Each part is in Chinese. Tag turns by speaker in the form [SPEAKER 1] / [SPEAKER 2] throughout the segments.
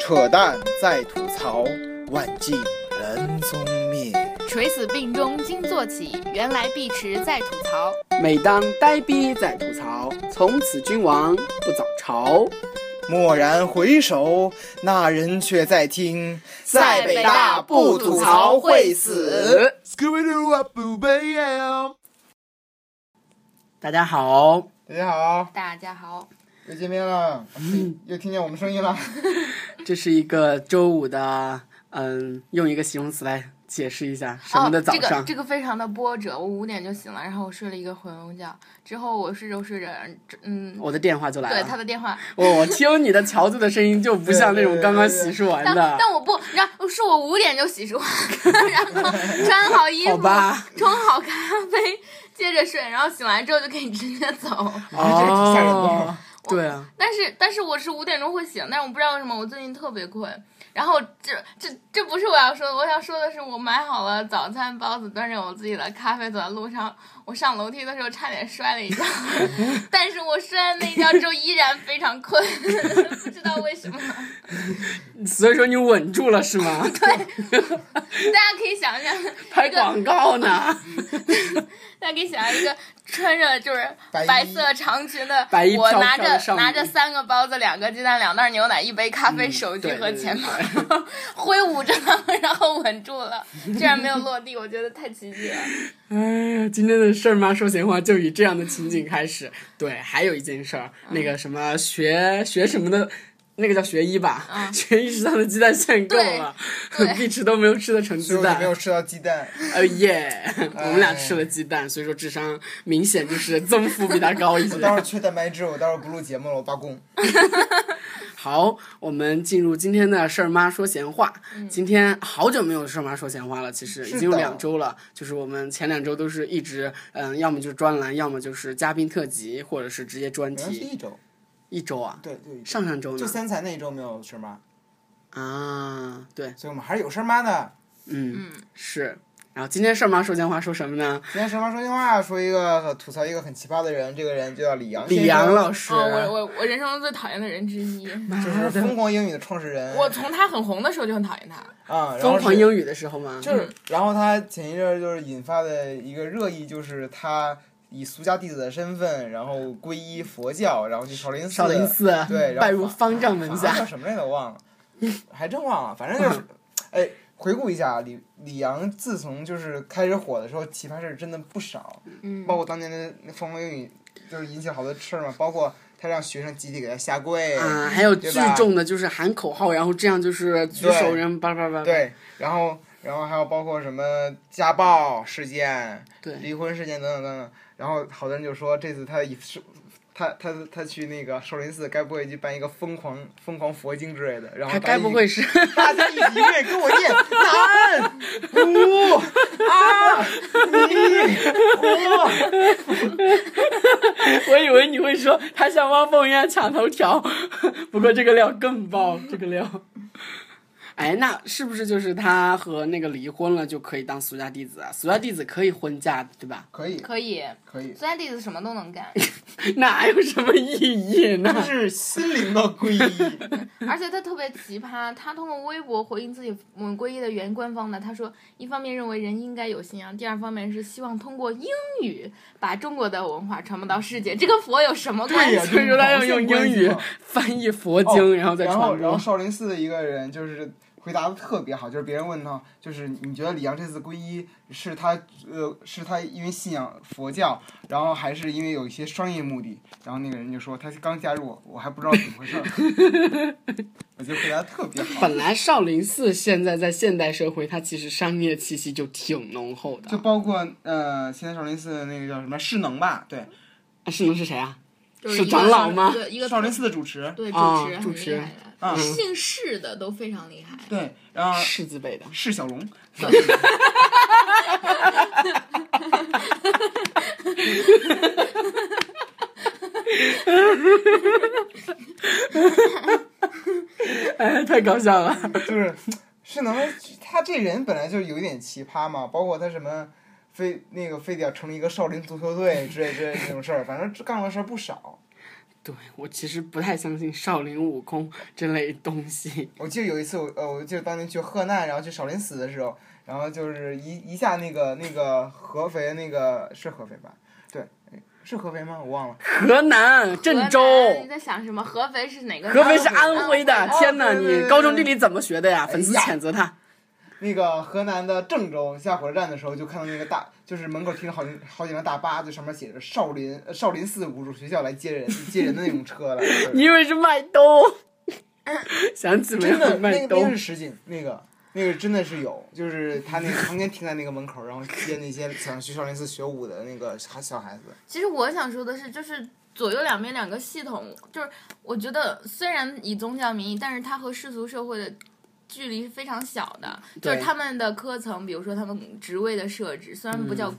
[SPEAKER 1] 扯淡再吐槽，万径人踪灭。
[SPEAKER 2] 垂死病中惊坐起，原来碧池在吐槽。
[SPEAKER 3] 每当呆逼在吐槽，从此君王不早朝。
[SPEAKER 1] 蓦然回首，那人却在听。
[SPEAKER 2] 在北大不吐槽会
[SPEAKER 3] 呃
[SPEAKER 2] 死。
[SPEAKER 1] 啊
[SPEAKER 3] 大家好，
[SPEAKER 1] 大家好，
[SPEAKER 2] 大家好，
[SPEAKER 1] 又见面了，又听见我们声音了。
[SPEAKER 3] 这是一个周五的，嗯，用一个形容词来解释一下什么的早
[SPEAKER 2] 哦、这
[SPEAKER 3] 上。
[SPEAKER 2] 个这个非常的波折，我五点就醒了，然后我睡了一个回笼觉，之后我睡着睡着，嗯，
[SPEAKER 3] 我的电话就来
[SPEAKER 2] 对他
[SPEAKER 3] 了。
[SPEAKER 2] 的电话，
[SPEAKER 3] 我、我听你的乔子的声音就不像那种刚刚洗漱完
[SPEAKER 2] 但
[SPEAKER 3] 的，
[SPEAKER 2] 但我不，然后是我五点就洗漱， 然后穿好衣
[SPEAKER 3] 好
[SPEAKER 2] 服，
[SPEAKER 3] 吧？
[SPEAKER 2] 冲好咖啡，接着睡，然后醒来之后就可以直接走。
[SPEAKER 1] 挺吓人的
[SPEAKER 3] 哦，对啊，
[SPEAKER 2] 但是但是我是五点钟会醒，但是我不知道为什么我最近特别困。然后这这这不是我要说的，我要说的是我买好了早餐包子，端着我自己的咖啡走在路上，我上楼梯的时候差点摔了一跤， 但是我摔了那一跤之后依然非常困，不知道为什么。
[SPEAKER 3] 所以说你稳住了 是吗？
[SPEAKER 2] 大家可以想象，
[SPEAKER 3] 拍广 告呢，
[SPEAKER 2] 大家可以想象一个穿着就是
[SPEAKER 1] 白衣
[SPEAKER 2] 白色长裙的，
[SPEAKER 3] 白衣
[SPEAKER 2] 我
[SPEAKER 3] 飘飘
[SPEAKER 2] 拿
[SPEAKER 3] 的
[SPEAKER 2] 着
[SPEAKER 3] 少女嗯
[SPEAKER 2] 拿着三个包子、两个鸡蛋、两袋牛奶、一杯咖啡、手机
[SPEAKER 3] 对
[SPEAKER 2] 和
[SPEAKER 3] 对
[SPEAKER 2] 钱包，
[SPEAKER 3] 对
[SPEAKER 2] 挥舞着它们，然后稳住了，居然没有落地，我觉得太奇 迹了。
[SPEAKER 3] 哎呀，今天的事儿妈说闲话就以这样的情景开始。对，还有一件事儿，
[SPEAKER 2] 嗯
[SPEAKER 3] 那个什么学学什么的，那个叫学医吧， 学医食堂的鸡蛋限购了，
[SPEAKER 2] 嗯对
[SPEAKER 3] 碧池都没有吃得成
[SPEAKER 1] 所以
[SPEAKER 3] 鸡
[SPEAKER 1] 我就
[SPEAKER 3] 蛋
[SPEAKER 1] 没。有吃到嗯哎鸡蛋。
[SPEAKER 3] 呃耶，我们俩吃了鸡蛋，所以说智商明显就是增幅比他高一
[SPEAKER 1] 我待会儿。
[SPEAKER 3] 些
[SPEAKER 1] 缺蛋白质，我待会儿不录节目了，我罢 工。
[SPEAKER 3] 好，我们进入今天的事儿妈说闲话。今天好久没有事儿妈说闲话了，其实已经有
[SPEAKER 1] 嗯的
[SPEAKER 3] 两周了。就是我们前两周都是一直，嗯，要么就是专栏，要么就是嘉宾特辑，或者是直接专
[SPEAKER 1] 原来是
[SPEAKER 3] 题。
[SPEAKER 1] 一周，
[SPEAKER 3] 一周啊，
[SPEAKER 1] 对对，一周
[SPEAKER 3] 上上周
[SPEAKER 1] 就
[SPEAKER 3] 呢？
[SPEAKER 1] 三才那一周没有事儿吗？
[SPEAKER 3] 啊，对，
[SPEAKER 1] 所以我们还是有事儿妈的。
[SPEAKER 3] 嗯，是。然后今天事儿妈说闲话说什么呢？
[SPEAKER 1] 今天神话说电话，说一个吐槽一个很奇葩的人，这个人就叫李阳先生。
[SPEAKER 3] 李阳老师，
[SPEAKER 2] 哦，我我我人生中最讨厌的人之一，
[SPEAKER 3] 妈
[SPEAKER 1] 就是
[SPEAKER 3] 的
[SPEAKER 1] 疯狂英语的创始人。
[SPEAKER 2] 我从他很红的时候就很讨厌他。
[SPEAKER 1] 啊，然后
[SPEAKER 3] 疯狂
[SPEAKER 1] 是
[SPEAKER 3] 英语的时候吗？
[SPEAKER 1] 就是，然后他前一阵儿就是引发的一个热议，就是他以俗家弟子的身份，然后皈依佛教，然后去少林寺。
[SPEAKER 3] 少林寺
[SPEAKER 1] 对然后
[SPEAKER 3] 拜入方丈门
[SPEAKER 1] 啊叫
[SPEAKER 3] 下，
[SPEAKER 1] 什么来着？我忘了，还真忘了。反正 就是，哎，回顾一下，李李阳自从就是开始火的时候，奇葩事儿真的不少，
[SPEAKER 2] 嗯
[SPEAKER 1] 包括当年的那疯狂英语，就是引起了好多事儿嘛，包括他让学生集体给他下跪。
[SPEAKER 3] 啊，还有
[SPEAKER 1] 对
[SPEAKER 3] 聚
[SPEAKER 1] 吧
[SPEAKER 3] 众的，就是喊口号，然后这样就是举手，
[SPEAKER 1] 对
[SPEAKER 3] 然后叭叭叭，，
[SPEAKER 1] 对，然后然后还有包括什么家暴事件、
[SPEAKER 3] 对
[SPEAKER 1] 离婚事件等等等等。然后好多人就说，这次他以是，他他他去那个少林寺，该不会去办一个疯狂疯狂佛经之类的？然后
[SPEAKER 3] 他
[SPEAKER 1] 大家
[SPEAKER 3] 该
[SPEAKER 1] 一
[SPEAKER 3] 不会是
[SPEAKER 1] 大家一起念，跟我念南 无啊你我
[SPEAKER 3] 我以为你会说他像汪峰一样抢头条， 不过这个料更 爆，这个料。哎，那是不是就是他和那个离婚了就可以当俗家弟子啊？俗家弟子可以婚嫁，对吧？
[SPEAKER 1] 可以
[SPEAKER 2] 可以，
[SPEAKER 1] 可以，
[SPEAKER 2] 虽然弟子什么都能干，
[SPEAKER 3] 那还有什么意义呢
[SPEAKER 1] 这？ 是心灵的皈依。
[SPEAKER 2] 而且他特别奇葩，他通过微博回应自己嗯皈依的原官方的，他说，一方面认为人应该有信仰，第二方面是希望通过英语把中国的文化传播到世界，这跟佛有什么关
[SPEAKER 1] 对
[SPEAKER 2] 系？
[SPEAKER 1] 呀，
[SPEAKER 3] 所以说他要用英语翻译 佛经，
[SPEAKER 1] 哦
[SPEAKER 3] 然后再
[SPEAKER 1] 然后
[SPEAKER 3] 传
[SPEAKER 1] 然
[SPEAKER 3] 播
[SPEAKER 1] 后。少林寺的一个人就是回答的特别好，就是别人问他，就是你觉得李阳这次皈依是他呃是他因为信仰佛教，然后还是因为有一些商业目的？然后那个人就说他刚加入我，我还不知道怎么回事儿。 我觉得回答得特别好，
[SPEAKER 3] 本来少林寺现在在现代社会，它其实商业气息就挺浓厚
[SPEAKER 1] 就
[SPEAKER 3] 的。
[SPEAKER 1] 包括呃现在少林寺的那个叫什么势能吧，对，
[SPEAKER 3] 啊势能是谁啊？
[SPEAKER 2] 就是一个
[SPEAKER 3] 长老吗
[SPEAKER 2] 一个一个
[SPEAKER 1] 少林寺的主持，
[SPEAKER 2] 对主
[SPEAKER 3] 啊
[SPEAKER 2] 持
[SPEAKER 3] 主
[SPEAKER 2] 很
[SPEAKER 3] 持
[SPEAKER 2] 厉害的，
[SPEAKER 1] 嗯
[SPEAKER 2] 姓氏的都非常厉害。
[SPEAKER 1] 对，然后
[SPEAKER 3] 是字辈的。
[SPEAKER 1] 释小龙。
[SPEAKER 3] 哎，太搞笑了。
[SPEAKER 1] 就是是能，他这人本来就有一点奇葩嘛，包括他什么非那个非得要成立一个少林足球队之类之类这种事儿，反正干过的事儿不少。
[SPEAKER 3] 对我其实不太相信少林、武功这类东西。
[SPEAKER 1] 我记得有一次我，呃，我记得当年去河南，然后去少林寺的时候，然后就是一一下那个那个合肥那个是合肥吧？对，是合肥吗？我忘了。
[SPEAKER 3] 河南郑州，
[SPEAKER 2] 河南你在想什么？合肥是哪个？
[SPEAKER 3] 合肥是安徽的。
[SPEAKER 2] 哦
[SPEAKER 3] 天哪，
[SPEAKER 1] 对对对
[SPEAKER 3] 你高中地理怎么学的呀？粉丝
[SPEAKER 1] 哎呀
[SPEAKER 3] 谴责他。
[SPEAKER 1] 那个河南的郑州下火车站的时候，就看到那个大，就是门口停了好几好几辆大巴，就上面写着少林呃少林寺武术学校来接人接人的那种车了。对
[SPEAKER 3] 你以为是麦兜？ 想起没
[SPEAKER 1] 真的，
[SPEAKER 3] 有
[SPEAKER 1] 那
[SPEAKER 3] 麦
[SPEAKER 1] 个那
[SPEAKER 3] 兜
[SPEAKER 1] 个是？实景，那个那个真的是有，就是他那个常年停在那个门口，然后接那些想去少林寺学武的那个小小孩子。
[SPEAKER 2] 其实我想说的是，就是左右两边两个系统，就是我觉得虽然以宗教名义，但是它和世俗社会的距离是非常小的。就是
[SPEAKER 3] 对
[SPEAKER 2] 他们的科层，比如说他们职位的设置，虽然不叫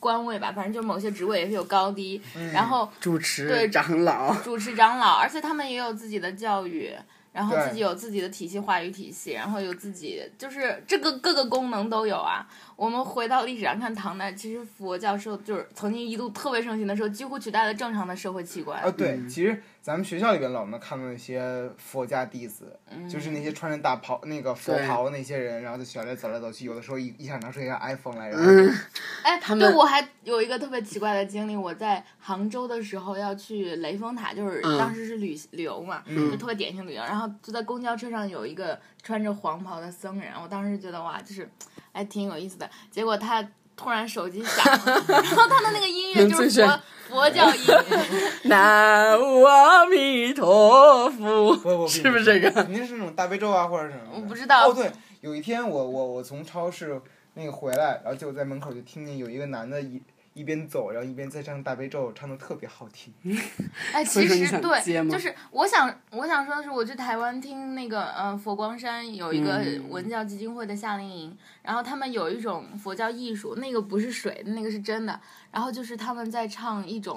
[SPEAKER 2] 官位吧，反正就是某些职位也是有高低。然后
[SPEAKER 3] 主持
[SPEAKER 2] 对
[SPEAKER 3] 长老，
[SPEAKER 2] 主持长老，而且他们也有自己的教育。然后
[SPEAKER 1] 对
[SPEAKER 2] 自己有自己的体系，话语体系，然后有自己就是这个各个功能都有啊。我们回到历史上看，唐代其实佛教是就是曾经一度特别盛行的时候，几乎取代了正常的社会器官。
[SPEAKER 1] 啊，对，其实咱们学校里边老能看到那些佛家弟子，就是那些穿着大袍、那个佛
[SPEAKER 3] 对
[SPEAKER 1] 袍那些人，然后在学校里走来走去，有的时候一一下拿出一个 iPhone 来，然后、
[SPEAKER 3] 嗯，
[SPEAKER 2] 哎，
[SPEAKER 3] 他
[SPEAKER 2] 对
[SPEAKER 3] 们
[SPEAKER 2] 我还有一个特别奇怪的经历，我在杭州的时候要去雷峰塔，就是
[SPEAKER 3] 嗯
[SPEAKER 2] 当时是旅、旅游嘛，就特别典型旅游，然后就在公交车上有一个穿着黄袍的僧人，我当时觉得哇，就是哎挺有意思的，结果他。突然手机响 了，然后他的那个音乐就
[SPEAKER 3] 最
[SPEAKER 2] 是
[SPEAKER 3] 炫
[SPEAKER 2] 佛佛教音乐，
[SPEAKER 3] 南无阿弥陀
[SPEAKER 1] 不不
[SPEAKER 3] 佛，是不是这个？
[SPEAKER 1] 肯定是那种大悲咒啊或者什么的。
[SPEAKER 2] 我不知道
[SPEAKER 1] 哦，对，有一天我我我从超市那个回来，然后就在门口就听见有一个男的一一边走，然后一边在唱大悲咒，唱的特别好听。嗯
[SPEAKER 2] 哎，
[SPEAKER 3] 所
[SPEAKER 2] 其
[SPEAKER 3] 以说你
[SPEAKER 2] 实
[SPEAKER 3] 想接
[SPEAKER 2] 对，
[SPEAKER 3] 吗
[SPEAKER 2] 就是我想我想说的是，我去台湾听那个呃佛光山有一个
[SPEAKER 3] 嗯
[SPEAKER 2] 文教基金会的夏令营，然后他们有一种佛教艺术，那个不是水，那个是真的，然后就是他们在唱一种。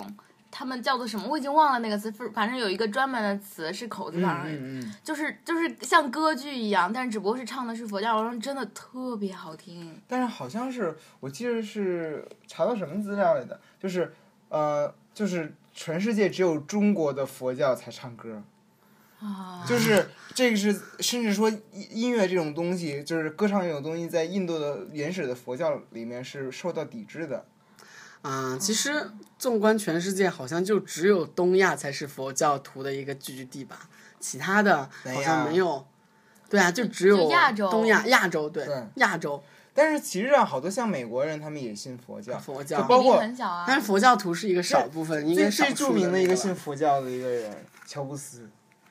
[SPEAKER 2] 他们叫做什么？我已经忘了那个词，反正有一个专门的词是口字旁，
[SPEAKER 1] 嗯嗯。
[SPEAKER 2] 就是就是像歌剧一样，但只不过是唱的是佛教，然后真的特别好听。
[SPEAKER 1] 但是好像是我记得是查到什么资料来的，就是呃，就是全世界只有中国的佛教才唱歌。
[SPEAKER 2] 啊，
[SPEAKER 1] 就是这个是，甚至说音音乐这种东西，就是歌唱这种东西，在印度的原始的佛教里面是受到抵制的。
[SPEAKER 3] 啊，
[SPEAKER 1] 嗯
[SPEAKER 3] 其实纵观全世界，好像就只有东亚才是佛教徒的一个聚居地吧，其他的好像没有。对啊，就只有
[SPEAKER 2] 就亚洲
[SPEAKER 3] 东亚、亚洲对
[SPEAKER 1] 对
[SPEAKER 3] 亚洲
[SPEAKER 1] 但是其实上好多像美国人，他们也信佛教，
[SPEAKER 3] 佛
[SPEAKER 1] 就
[SPEAKER 3] 教，
[SPEAKER 1] 包括
[SPEAKER 2] 比例很小啊，
[SPEAKER 3] 但是佛教徒是一个少部分，应该
[SPEAKER 1] 最
[SPEAKER 3] 少
[SPEAKER 1] 最
[SPEAKER 3] 数
[SPEAKER 1] 著名
[SPEAKER 3] 的
[SPEAKER 1] 一个
[SPEAKER 3] 吧
[SPEAKER 1] 信佛教的一个人，乔布斯。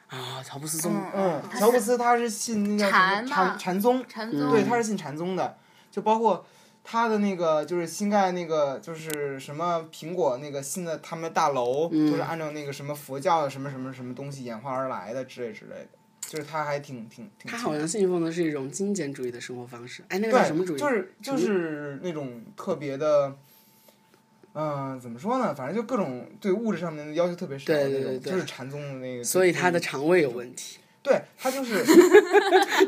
[SPEAKER 3] 啊，乔布斯宗
[SPEAKER 1] 嗯，
[SPEAKER 2] 他
[SPEAKER 1] 乔布
[SPEAKER 2] 是
[SPEAKER 1] 斯他是信那叫什么
[SPEAKER 2] 禅嘛
[SPEAKER 1] 禅禅宗，
[SPEAKER 2] 禅
[SPEAKER 3] 嗯
[SPEAKER 2] 宗，
[SPEAKER 1] 对，他是信禅宗的，就包括。他的那个就是新盖那个就是什么苹果那个新的他们的大楼，都是按照那个什么佛教的什么什么什么东西演化而来的之类之类的，就是他还挺挺挺。
[SPEAKER 3] 他好像信奉的是一种精简主义的生活方式。哎，那个叫
[SPEAKER 1] 对，
[SPEAKER 3] 什么主义？
[SPEAKER 1] 就是就
[SPEAKER 3] 主义
[SPEAKER 1] 是那种特别的，嗯、怎么说呢？反正就各种对物质上面的要求特别少的
[SPEAKER 3] 对对
[SPEAKER 1] 那
[SPEAKER 3] 对
[SPEAKER 1] 种，
[SPEAKER 3] 对
[SPEAKER 1] 就是禅宗的那个。
[SPEAKER 3] 所以他的
[SPEAKER 1] 就是
[SPEAKER 3] 肠胃有问题，
[SPEAKER 1] 对他就是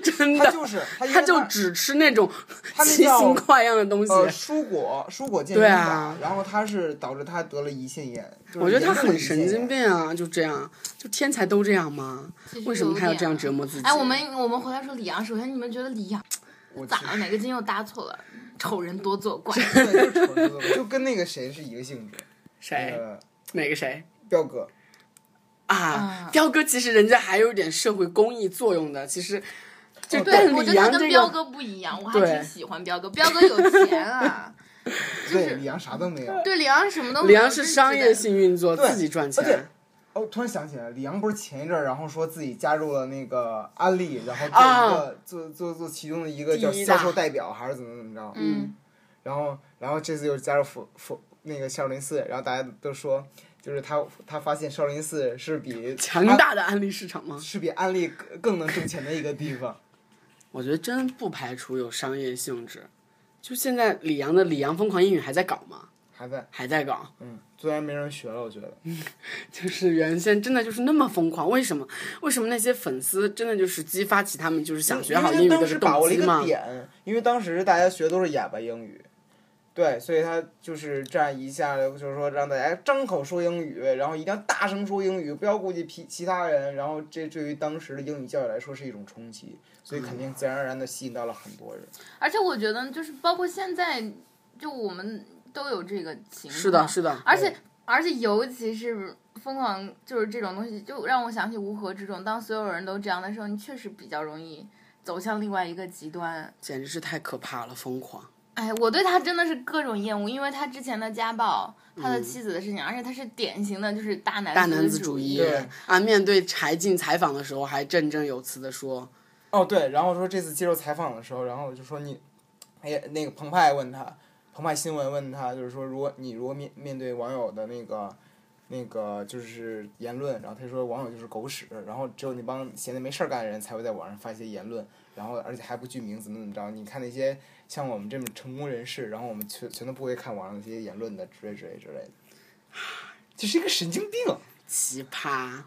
[SPEAKER 3] 真
[SPEAKER 1] 他
[SPEAKER 3] 的，
[SPEAKER 1] 就是他因为
[SPEAKER 3] 他就
[SPEAKER 1] 那
[SPEAKER 3] 只吃那种
[SPEAKER 1] 他那
[SPEAKER 3] 奇
[SPEAKER 1] 叫
[SPEAKER 3] 形怪样的东西。
[SPEAKER 1] 呃蔬果蔬果健
[SPEAKER 3] 对
[SPEAKER 1] 身法，
[SPEAKER 3] 啊
[SPEAKER 1] 然后他是导致他得了胰腺炎。就是
[SPEAKER 3] 我觉得他
[SPEAKER 1] 严重的
[SPEAKER 3] 很
[SPEAKER 1] 胰腺
[SPEAKER 3] 神经
[SPEAKER 1] 炎。
[SPEAKER 3] 病啊，就这样，就天才都这样吗？
[SPEAKER 2] 其实
[SPEAKER 3] 为什么
[SPEAKER 2] 有
[SPEAKER 3] 他要
[SPEAKER 2] 点
[SPEAKER 3] 这样折磨自己？
[SPEAKER 2] 哎，我们我们回来说李阳，首先你们觉得李阳
[SPEAKER 1] 我
[SPEAKER 2] 咋
[SPEAKER 1] 去
[SPEAKER 2] 了？哪个筋又搭错了？丑人多作怪。
[SPEAKER 1] 对，就是丑事做作就跟那个谁是一个性质，那
[SPEAKER 3] 谁
[SPEAKER 1] 个
[SPEAKER 3] 哪个谁
[SPEAKER 1] 彪哥。
[SPEAKER 3] 啊
[SPEAKER 2] 啊？
[SPEAKER 3] 彪哥其实人家还有点社会公益作用的，其实就哦但
[SPEAKER 2] 对，我
[SPEAKER 3] 李
[SPEAKER 2] 觉得他
[SPEAKER 3] 阳
[SPEAKER 2] 跟
[SPEAKER 3] 这
[SPEAKER 2] 彪
[SPEAKER 3] 个
[SPEAKER 2] 哥不一样，我还
[SPEAKER 3] 对
[SPEAKER 2] 挺喜欢彪哥。彪哥有钱啊，
[SPEAKER 1] 对，李阳啥都没有。
[SPEAKER 2] 对李阳什么都没有。
[SPEAKER 3] 李阳是
[SPEAKER 2] 真
[SPEAKER 3] 商业
[SPEAKER 2] 的，
[SPEAKER 3] 性运作，
[SPEAKER 1] 对
[SPEAKER 3] 自己赚
[SPEAKER 1] 而且
[SPEAKER 3] 钱
[SPEAKER 1] 哦，突然想起来，李阳不是前一阵儿，然后说自己加入了那个安利，然后做
[SPEAKER 3] 啊
[SPEAKER 1] 一个、做做做其中的一个
[SPEAKER 3] 第
[SPEAKER 1] 叫
[SPEAKER 3] 一
[SPEAKER 1] 销
[SPEAKER 3] 大
[SPEAKER 1] 售代表，还是怎么怎么着？
[SPEAKER 2] 嗯，
[SPEAKER 1] 然后然后这次又加入佛佛那个少林寺，然后大家都说，就是他他发现少林寺是比
[SPEAKER 3] 强
[SPEAKER 1] 安
[SPEAKER 3] 大的安利市场吗？
[SPEAKER 1] 是比安利更更能挣钱的一个地方。
[SPEAKER 3] 我觉得真不排除有商业性质。就现在李阳的《李阳疯狂英语》还在搞吗？
[SPEAKER 1] 还在，
[SPEAKER 3] 还在搞，
[SPEAKER 1] 嗯，虽然没人学了，我觉得，
[SPEAKER 3] 就是原先真的就是那么疯狂，为什么？为什么那些粉丝真的就是激发起他们就是想学好
[SPEAKER 1] 因
[SPEAKER 3] 英
[SPEAKER 1] 为
[SPEAKER 3] 语
[SPEAKER 1] 他当
[SPEAKER 3] 的
[SPEAKER 1] 时把
[SPEAKER 3] 动
[SPEAKER 1] 握了一
[SPEAKER 3] 机
[SPEAKER 1] 个
[SPEAKER 3] 吗？
[SPEAKER 1] 点，因为当时大家学都是哑巴英语，对，所以他就是这样一下，就是说让大家张口说英语，然后一定要大声说英语，不要顾及其其他人。然后这对于当时的英语教育来说是一种冲击，所以肯定自然而然的吸引到了很多人。
[SPEAKER 2] 而且我觉得就是包括现在，就我们都有这个情况。
[SPEAKER 3] 是的，是的，
[SPEAKER 2] 而且而且尤其是疯狂就是这种东西，就让我想起乌合之众。当所有人都这样的时候，你确实比较容易走向另外一个极端。
[SPEAKER 3] 简直是太可怕了，疯狂。
[SPEAKER 2] 哎，我对他真的是各种厌恶，因为他之前的家暴，他的妻子的事情，而且他是典型的就是大男
[SPEAKER 3] 嗯大男
[SPEAKER 2] 男
[SPEAKER 3] 子主
[SPEAKER 2] 主
[SPEAKER 3] 义
[SPEAKER 1] 对
[SPEAKER 3] 啊！面对柴静采访的时候，还振振有词的说
[SPEAKER 1] 哦，对，然后说这次接受采访的时候，然后我就说你，哎呀，那个澎湃问他，澎湃新闻问他，就是说，如果你如果面面对网友的那个那个就是言论，然后他说网友就是狗屎，然后只有那帮闲的没事儿干的人才会在网上发一些言论，然后而且还不具名，怎么怎么着？你看那些像我们这种成功人士，然后我们全全都不会看网上那些言论的之类之类之类的， 就是一个神经病。
[SPEAKER 3] 奇葩，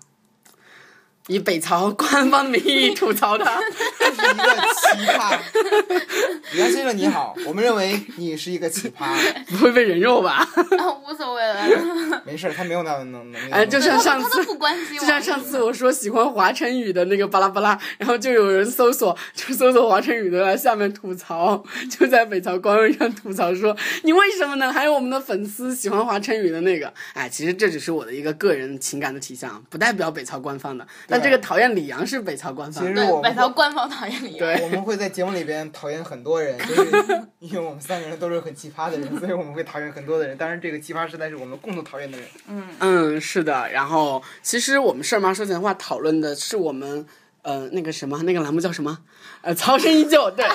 [SPEAKER 3] 以北朝官方的名义吐槽 他。
[SPEAKER 1] 是一个奇葩。李安先生你好，我们认为你是一个奇 葩。
[SPEAKER 3] 不会被人肉 吧？
[SPEAKER 2] 啊，无所谓了，
[SPEAKER 1] 没事儿，他没有那能能力。
[SPEAKER 3] 哎 就
[SPEAKER 2] 对
[SPEAKER 3] 像
[SPEAKER 2] 他
[SPEAKER 3] 上
[SPEAKER 2] 们他
[SPEAKER 3] 次
[SPEAKER 2] 都不关心我。
[SPEAKER 3] 就像上次我说喜欢华晨宇的那个巴拉巴拉，然后就有人搜索， 就搜索华晨宇的来下面吐槽， 就在北朝官微上吐槽说你为什么呢？还有我们的粉丝喜欢华晨宇的那个，哎，其实这只是我的一个个人情感的体现，啊，不代表北朝官方的。但这个讨厌李阳是北朝官方
[SPEAKER 1] 其
[SPEAKER 3] 的，
[SPEAKER 1] 实我们
[SPEAKER 2] 对百条官方讨厌你。
[SPEAKER 3] 对
[SPEAKER 1] 我们会在节目里边讨厌很多人， 就是因为我们三个人都是很奇葩的人，所以我们会讨厌很多的人。当然，这个奇葩实在是我们共同讨厌的人。
[SPEAKER 3] 嗯，是的。然后其实我们事儿妈说闲话讨论的是我们。呃，那个什么，那个栏目叫什么？呃，曹生依旧， 对，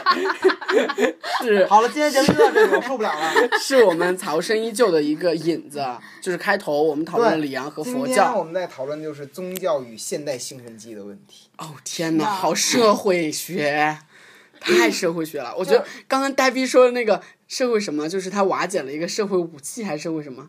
[SPEAKER 3] 是
[SPEAKER 1] 好了，今天节目就到这里，我受不了了。
[SPEAKER 3] 是我们曹生依旧的一个引子，就是开头我们讨论了李阳和
[SPEAKER 1] 今
[SPEAKER 3] 佛
[SPEAKER 1] 天我
[SPEAKER 3] 教。
[SPEAKER 1] 们在讨论就是宗教与现代兴奋剂的问题。
[SPEAKER 3] 哦天哪，好社 会学，太社会学了！我觉得刚刚呆逼说的那个社会什么，就是他瓦解了一个社会武器还是社会什么？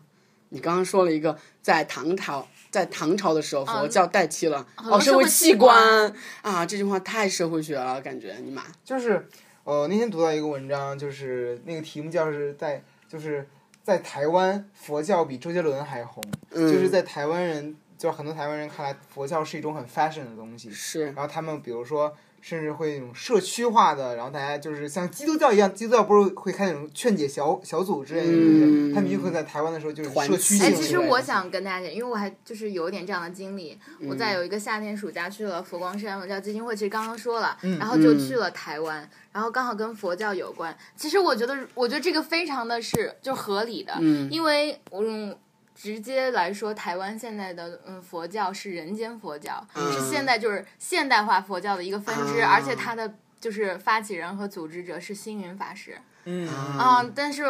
[SPEAKER 3] 你刚刚说了一个在唐朝。在唐朝的时候，佛教代替了、
[SPEAKER 2] 嗯很
[SPEAKER 3] 哦
[SPEAKER 2] 多
[SPEAKER 3] 社
[SPEAKER 2] 社
[SPEAKER 3] 会
[SPEAKER 2] 会
[SPEAKER 3] 器
[SPEAKER 2] 器
[SPEAKER 3] 官
[SPEAKER 2] 官
[SPEAKER 3] 啊！这句话太社会学了，感觉你妈
[SPEAKER 1] 就是呃，那天读到一个文章，就是那个题目叫是在就是在台湾佛教比周杰伦还红，
[SPEAKER 3] 嗯
[SPEAKER 1] 就是在台湾人就是很多台湾人看来，佛教是一种很 fashion 的东西。
[SPEAKER 3] 是
[SPEAKER 1] 然后他们比如说，甚至会那种社区化的，然后大家就是像基督教一样，基督教不是会开那种劝解小小组之类的东西，
[SPEAKER 3] 嗯
[SPEAKER 1] 他们就会在台湾的时候就是
[SPEAKER 3] 团
[SPEAKER 1] 社区
[SPEAKER 3] 契
[SPEAKER 1] 性
[SPEAKER 2] 哎，
[SPEAKER 1] 的。
[SPEAKER 2] 其实我想跟大家讲，因为我还就是有一点这样的经历。我在有一个夏天暑假去了佛光山佛教基金会，其实刚刚说了，然后就去了台湾，然后刚好跟佛教有关。其实我觉得，我觉得这个非常的是就合理的，因为嗯。直接来说，台湾现在的嗯佛教是人间佛教，是现代就是现代化佛教的一个分支，
[SPEAKER 3] 啊
[SPEAKER 2] 而且它的就是发起人和组织者是星云法师。
[SPEAKER 1] 嗯，
[SPEAKER 2] 啊、但是，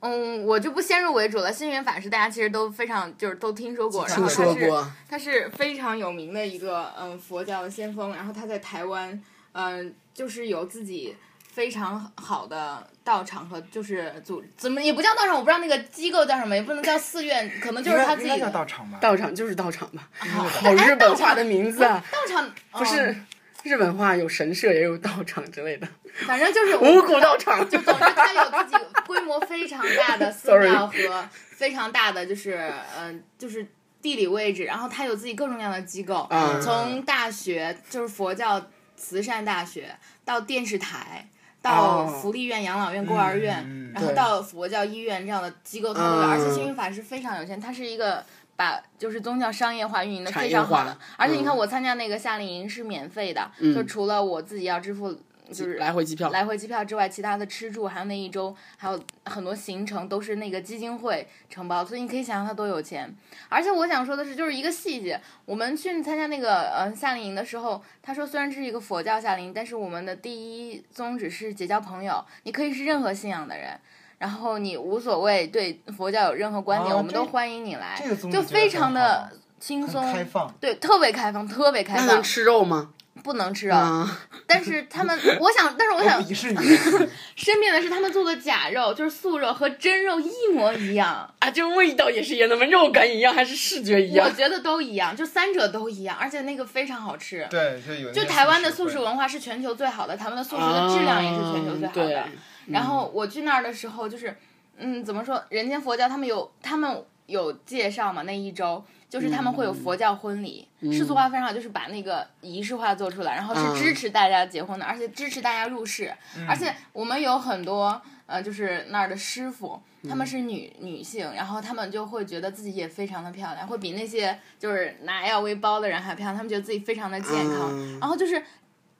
[SPEAKER 2] 嗯，我就不先入为主了。星云法师大家其实都非常就是都听说过，然后
[SPEAKER 3] 听说
[SPEAKER 2] 他是
[SPEAKER 3] 过，
[SPEAKER 2] 他是非常有名的一个嗯佛教的先锋，然后他在台湾嗯就是有自己非常好的道场和就是组怎么也不叫道场，我不知道那个机构叫什么，也不能叫寺院，可能就是他
[SPEAKER 1] 应
[SPEAKER 2] 自己
[SPEAKER 1] 该
[SPEAKER 2] 的
[SPEAKER 1] 叫道场吧。
[SPEAKER 3] 道场就是道场吧，好日本化的名字啊！
[SPEAKER 2] 啊 道场嗯不
[SPEAKER 3] 不是日本话有神社也有道场之类的，
[SPEAKER 2] 反正就是
[SPEAKER 3] 五谷道场。
[SPEAKER 2] 就总之，它有自己规模非常大的寺
[SPEAKER 3] Sorry
[SPEAKER 2] 庙和非常大的就是嗯、呃、就是地理位置，然后它有自己各种各样的机构，
[SPEAKER 3] 嗯
[SPEAKER 2] 从大学就是佛教慈善大学到电视台。到
[SPEAKER 3] 哦
[SPEAKER 2] 福利院、养老院、孤儿院，
[SPEAKER 1] 嗯嗯
[SPEAKER 2] 然后
[SPEAKER 3] 对
[SPEAKER 2] 到佛教医院这样的机构，它都有。
[SPEAKER 3] 嗯
[SPEAKER 2] 而且星云法师非常有钱，它是一个把就是宗教商业化运营的非常
[SPEAKER 3] 产业化
[SPEAKER 2] 好的。而且你看，
[SPEAKER 3] 嗯
[SPEAKER 2] 我参加那个夏令营是免费的，就除了我自己要支付，就是
[SPEAKER 3] 来回机票，
[SPEAKER 2] 来回机票之外，其他的吃住还有那一周，还有很多行程都是那个基金会承包，所以你可以想象他多有钱。而且我想说的是，就是一个细节，我们去参加那个呃夏令营的时候，他说虽然这是一个佛教夏令营，但是我们的第一宗旨是结交朋友，你可以是任何信仰的人。然后你无所谓对佛教有任何观点，
[SPEAKER 1] 啊
[SPEAKER 2] 我们
[SPEAKER 1] 这
[SPEAKER 2] 都欢迎你来，
[SPEAKER 1] 这个宗旨
[SPEAKER 2] 就
[SPEAKER 1] 觉得
[SPEAKER 2] 非
[SPEAKER 1] 很
[SPEAKER 2] 常的
[SPEAKER 1] 好
[SPEAKER 2] 轻松
[SPEAKER 1] 很开放，
[SPEAKER 2] 对，特别开放，特别开
[SPEAKER 3] 那
[SPEAKER 2] 放
[SPEAKER 3] 能，吃肉吗？
[SPEAKER 2] 不能吃肉。
[SPEAKER 3] 啊，，
[SPEAKER 2] 但是他们，我想，但是我
[SPEAKER 1] 我
[SPEAKER 2] 想，
[SPEAKER 1] 鄙哦视你。
[SPEAKER 2] 申辩的是他们做的假肉，就是素肉和真肉一模一样
[SPEAKER 3] 啊，这味道也是一样的吗？肉感一样还是视觉一
[SPEAKER 2] 我
[SPEAKER 3] 样？
[SPEAKER 2] 觉得都一样，就三者都一样，而且那个非常好吃。
[SPEAKER 1] 对，就有。
[SPEAKER 2] 就台湾的素食文化是全球最好的，台湾的素食的质量也是全球最好的。
[SPEAKER 3] 啊对
[SPEAKER 2] 然后我去那儿的时候，就是嗯，怎么说？人间佛教他们有他们有介绍嘛？那一周就是他们会有佛教婚礼，世俗化非常好，就是把那个仪式化做出来，然后
[SPEAKER 3] 嗯
[SPEAKER 2] 是支持大家结婚的，而且支持大家入世，而且我们有很多呃，就是那儿的师傅，他们是女、女性，然后他们就会觉得自己也非常的漂亮，会比那些就是拿 LV 包的人还漂亮，他们觉得自己非常的健康，
[SPEAKER 3] 嗯
[SPEAKER 2] 然后就是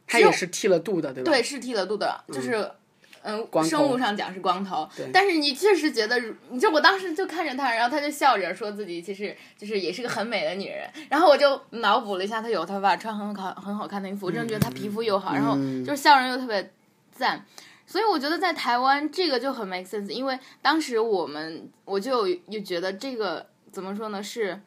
[SPEAKER 3] 他也是剃了度的，对吧？
[SPEAKER 2] 对，是剃了度的，就是。嗯
[SPEAKER 3] 光
[SPEAKER 2] 生
[SPEAKER 3] 头
[SPEAKER 2] 物上讲是光头，但是你确实觉得如，你就我当时就看着她，然后她就笑着说自己其实就是也是个很美的女人，然后我就脑补了一下她有头发，穿很好很好看的衣服，我真的觉得她皮肤又好，然后
[SPEAKER 1] 嗯
[SPEAKER 2] 就是笑容又特别赞，所以我觉得在台湾这个就很 make sense，因为当时我们我就有有觉得这个怎么说呢是，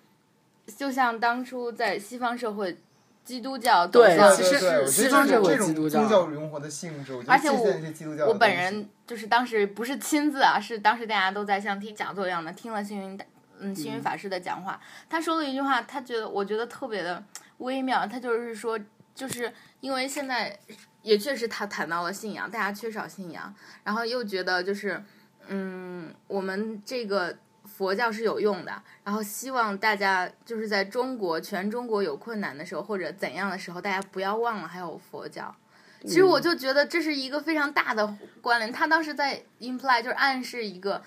[SPEAKER 2] 就像当初在西方社会。基督教走
[SPEAKER 3] 对
[SPEAKER 2] 向
[SPEAKER 3] 其
[SPEAKER 1] 对
[SPEAKER 3] 实
[SPEAKER 1] 对，我觉
[SPEAKER 3] 西
[SPEAKER 1] 得
[SPEAKER 3] 方
[SPEAKER 1] 这
[SPEAKER 3] 社会
[SPEAKER 1] 这种
[SPEAKER 3] 基督
[SPEAKER 1] 宗
[SPEAKER 3] 教
[SPEAKER 1] 教融合的性质，我觉得
[SPEAKER 2] 而且
[SPEAKER 1] 借
[SPEAKER 2] 我
[SPEAKER 1] 鉴一些基督教的
[SPEAKER 2] 我本
[SPEAKER 1] 东西
[SPEAKER 2] 人就是当时不是亲自啊，是当时大家都在像听讲座一样的听了星云大嗯星云法师的讲话，他说了一句话，他觉得我觉得特别的微妙，他就是说，就是因为现在也确实他谈到了信仰，大家缺少信仰，然后又觉得就是嗯，我们这个佛教是有用的，然后希望大家就是在中国全中国有困难的时候或者怎样的时候，大家不要忘了还有佛教。其实
[SPEAKER 3] 嗯
[SPEAKER 2] 我就觉得这是一个非常大的关联。他当时在 imply 就是暗示一个，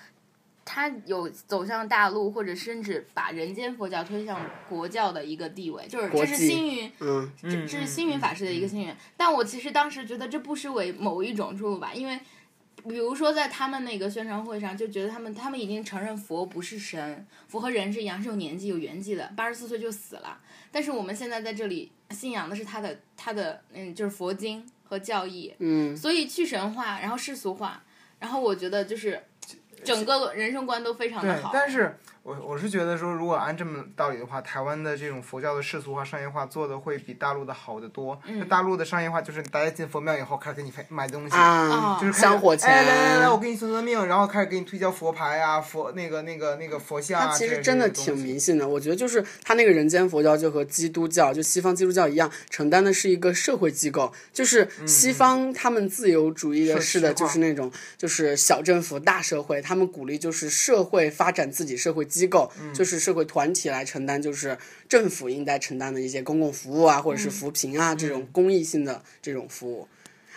[SPEAKER 2] 他有走向大陆，或者甚至把人间佛教推向国教的一个地位，就是
[SPEAKER 3] 国
[SPEAKER 2] 这是
[SPEAKER 3] 际
[SPEAKER 2] 星云
[SPEAKER 3] 嗯，
[SPEAKER 1] 嗯
[SPEAKER 2] 这是星云法师的一个心愿。但我其实当时觉得这不失为某一种出路吧，因为比如说在他们那个宣传会上，就觉得他们他们已经承认佛不是神，佛和人是一样是有年纪有缘纪的，八十四岁就死了。但是我们现在在这里信仰的是他的他的嗯就是佛经和教义，
[SPEAKER 3] 嗯，
[SPEAKER 2] 所以去神化，然后世俗化，然后我觉得就是整个人生观都非常的
[SPEAKER 1] 对
[SPEAKER 2] 好，。
[SPEAKER 1] 但是我我是觉得说，如果按这么道理的话，台湾的这种佛教的世俗化、商业化做的会比大陆的好得多。
[SPEAKER 2] 嗯
[SPEAKER 1] 那、大陆的商业化就是大家进佛庙以后开始给你买买东西。
[SPEAKER 3] 啊，
[SPEAKER 1] 就是开始
[SPEAKER 3] 香火钱。
[SPEAKER 1] 哎，来来来，我给你算算命，然后开始给你推销佛牌啊、佛那个那个那个佛像啊
[SPEAKER 3] 其
[SPEAKER 1] 之类
[SPEAKER 3] 实
[SPEAKER 1] 的
[SPEAKER 3] 真的
[SPEAKER 1] 这些
[SPEAKER 3] 挺
[SPEAKER 1] 东西
[SPEAKER 3] 迷信的，我觉得就是他那个人间佛教就和基督教，就西方基督教一样，承担的是一个社会机构，就是
[SPEAKER 1] 嗯
[SPEAKER 3] 西方他们自由主义的
[SPEAKER 1] 社
[SPEAKER 3] 是的，
[SPEAKER 1] 区
[SPEAKER 3] 就
[SPEAKER 1] 化
[SPEAKER 3] 是那种就是小政府大社会，他们鼓励就是社会发展自己社会机构，
[SPEAKER 1] 嗯
[SPEAKER 3] 就是社会团体来承担，就是政府应该承担的一些公共服务啊，或者是
[SPEAKER 1] 嗯
[SPEAKER 3] 扶贫啊、这种公益性的这种服务。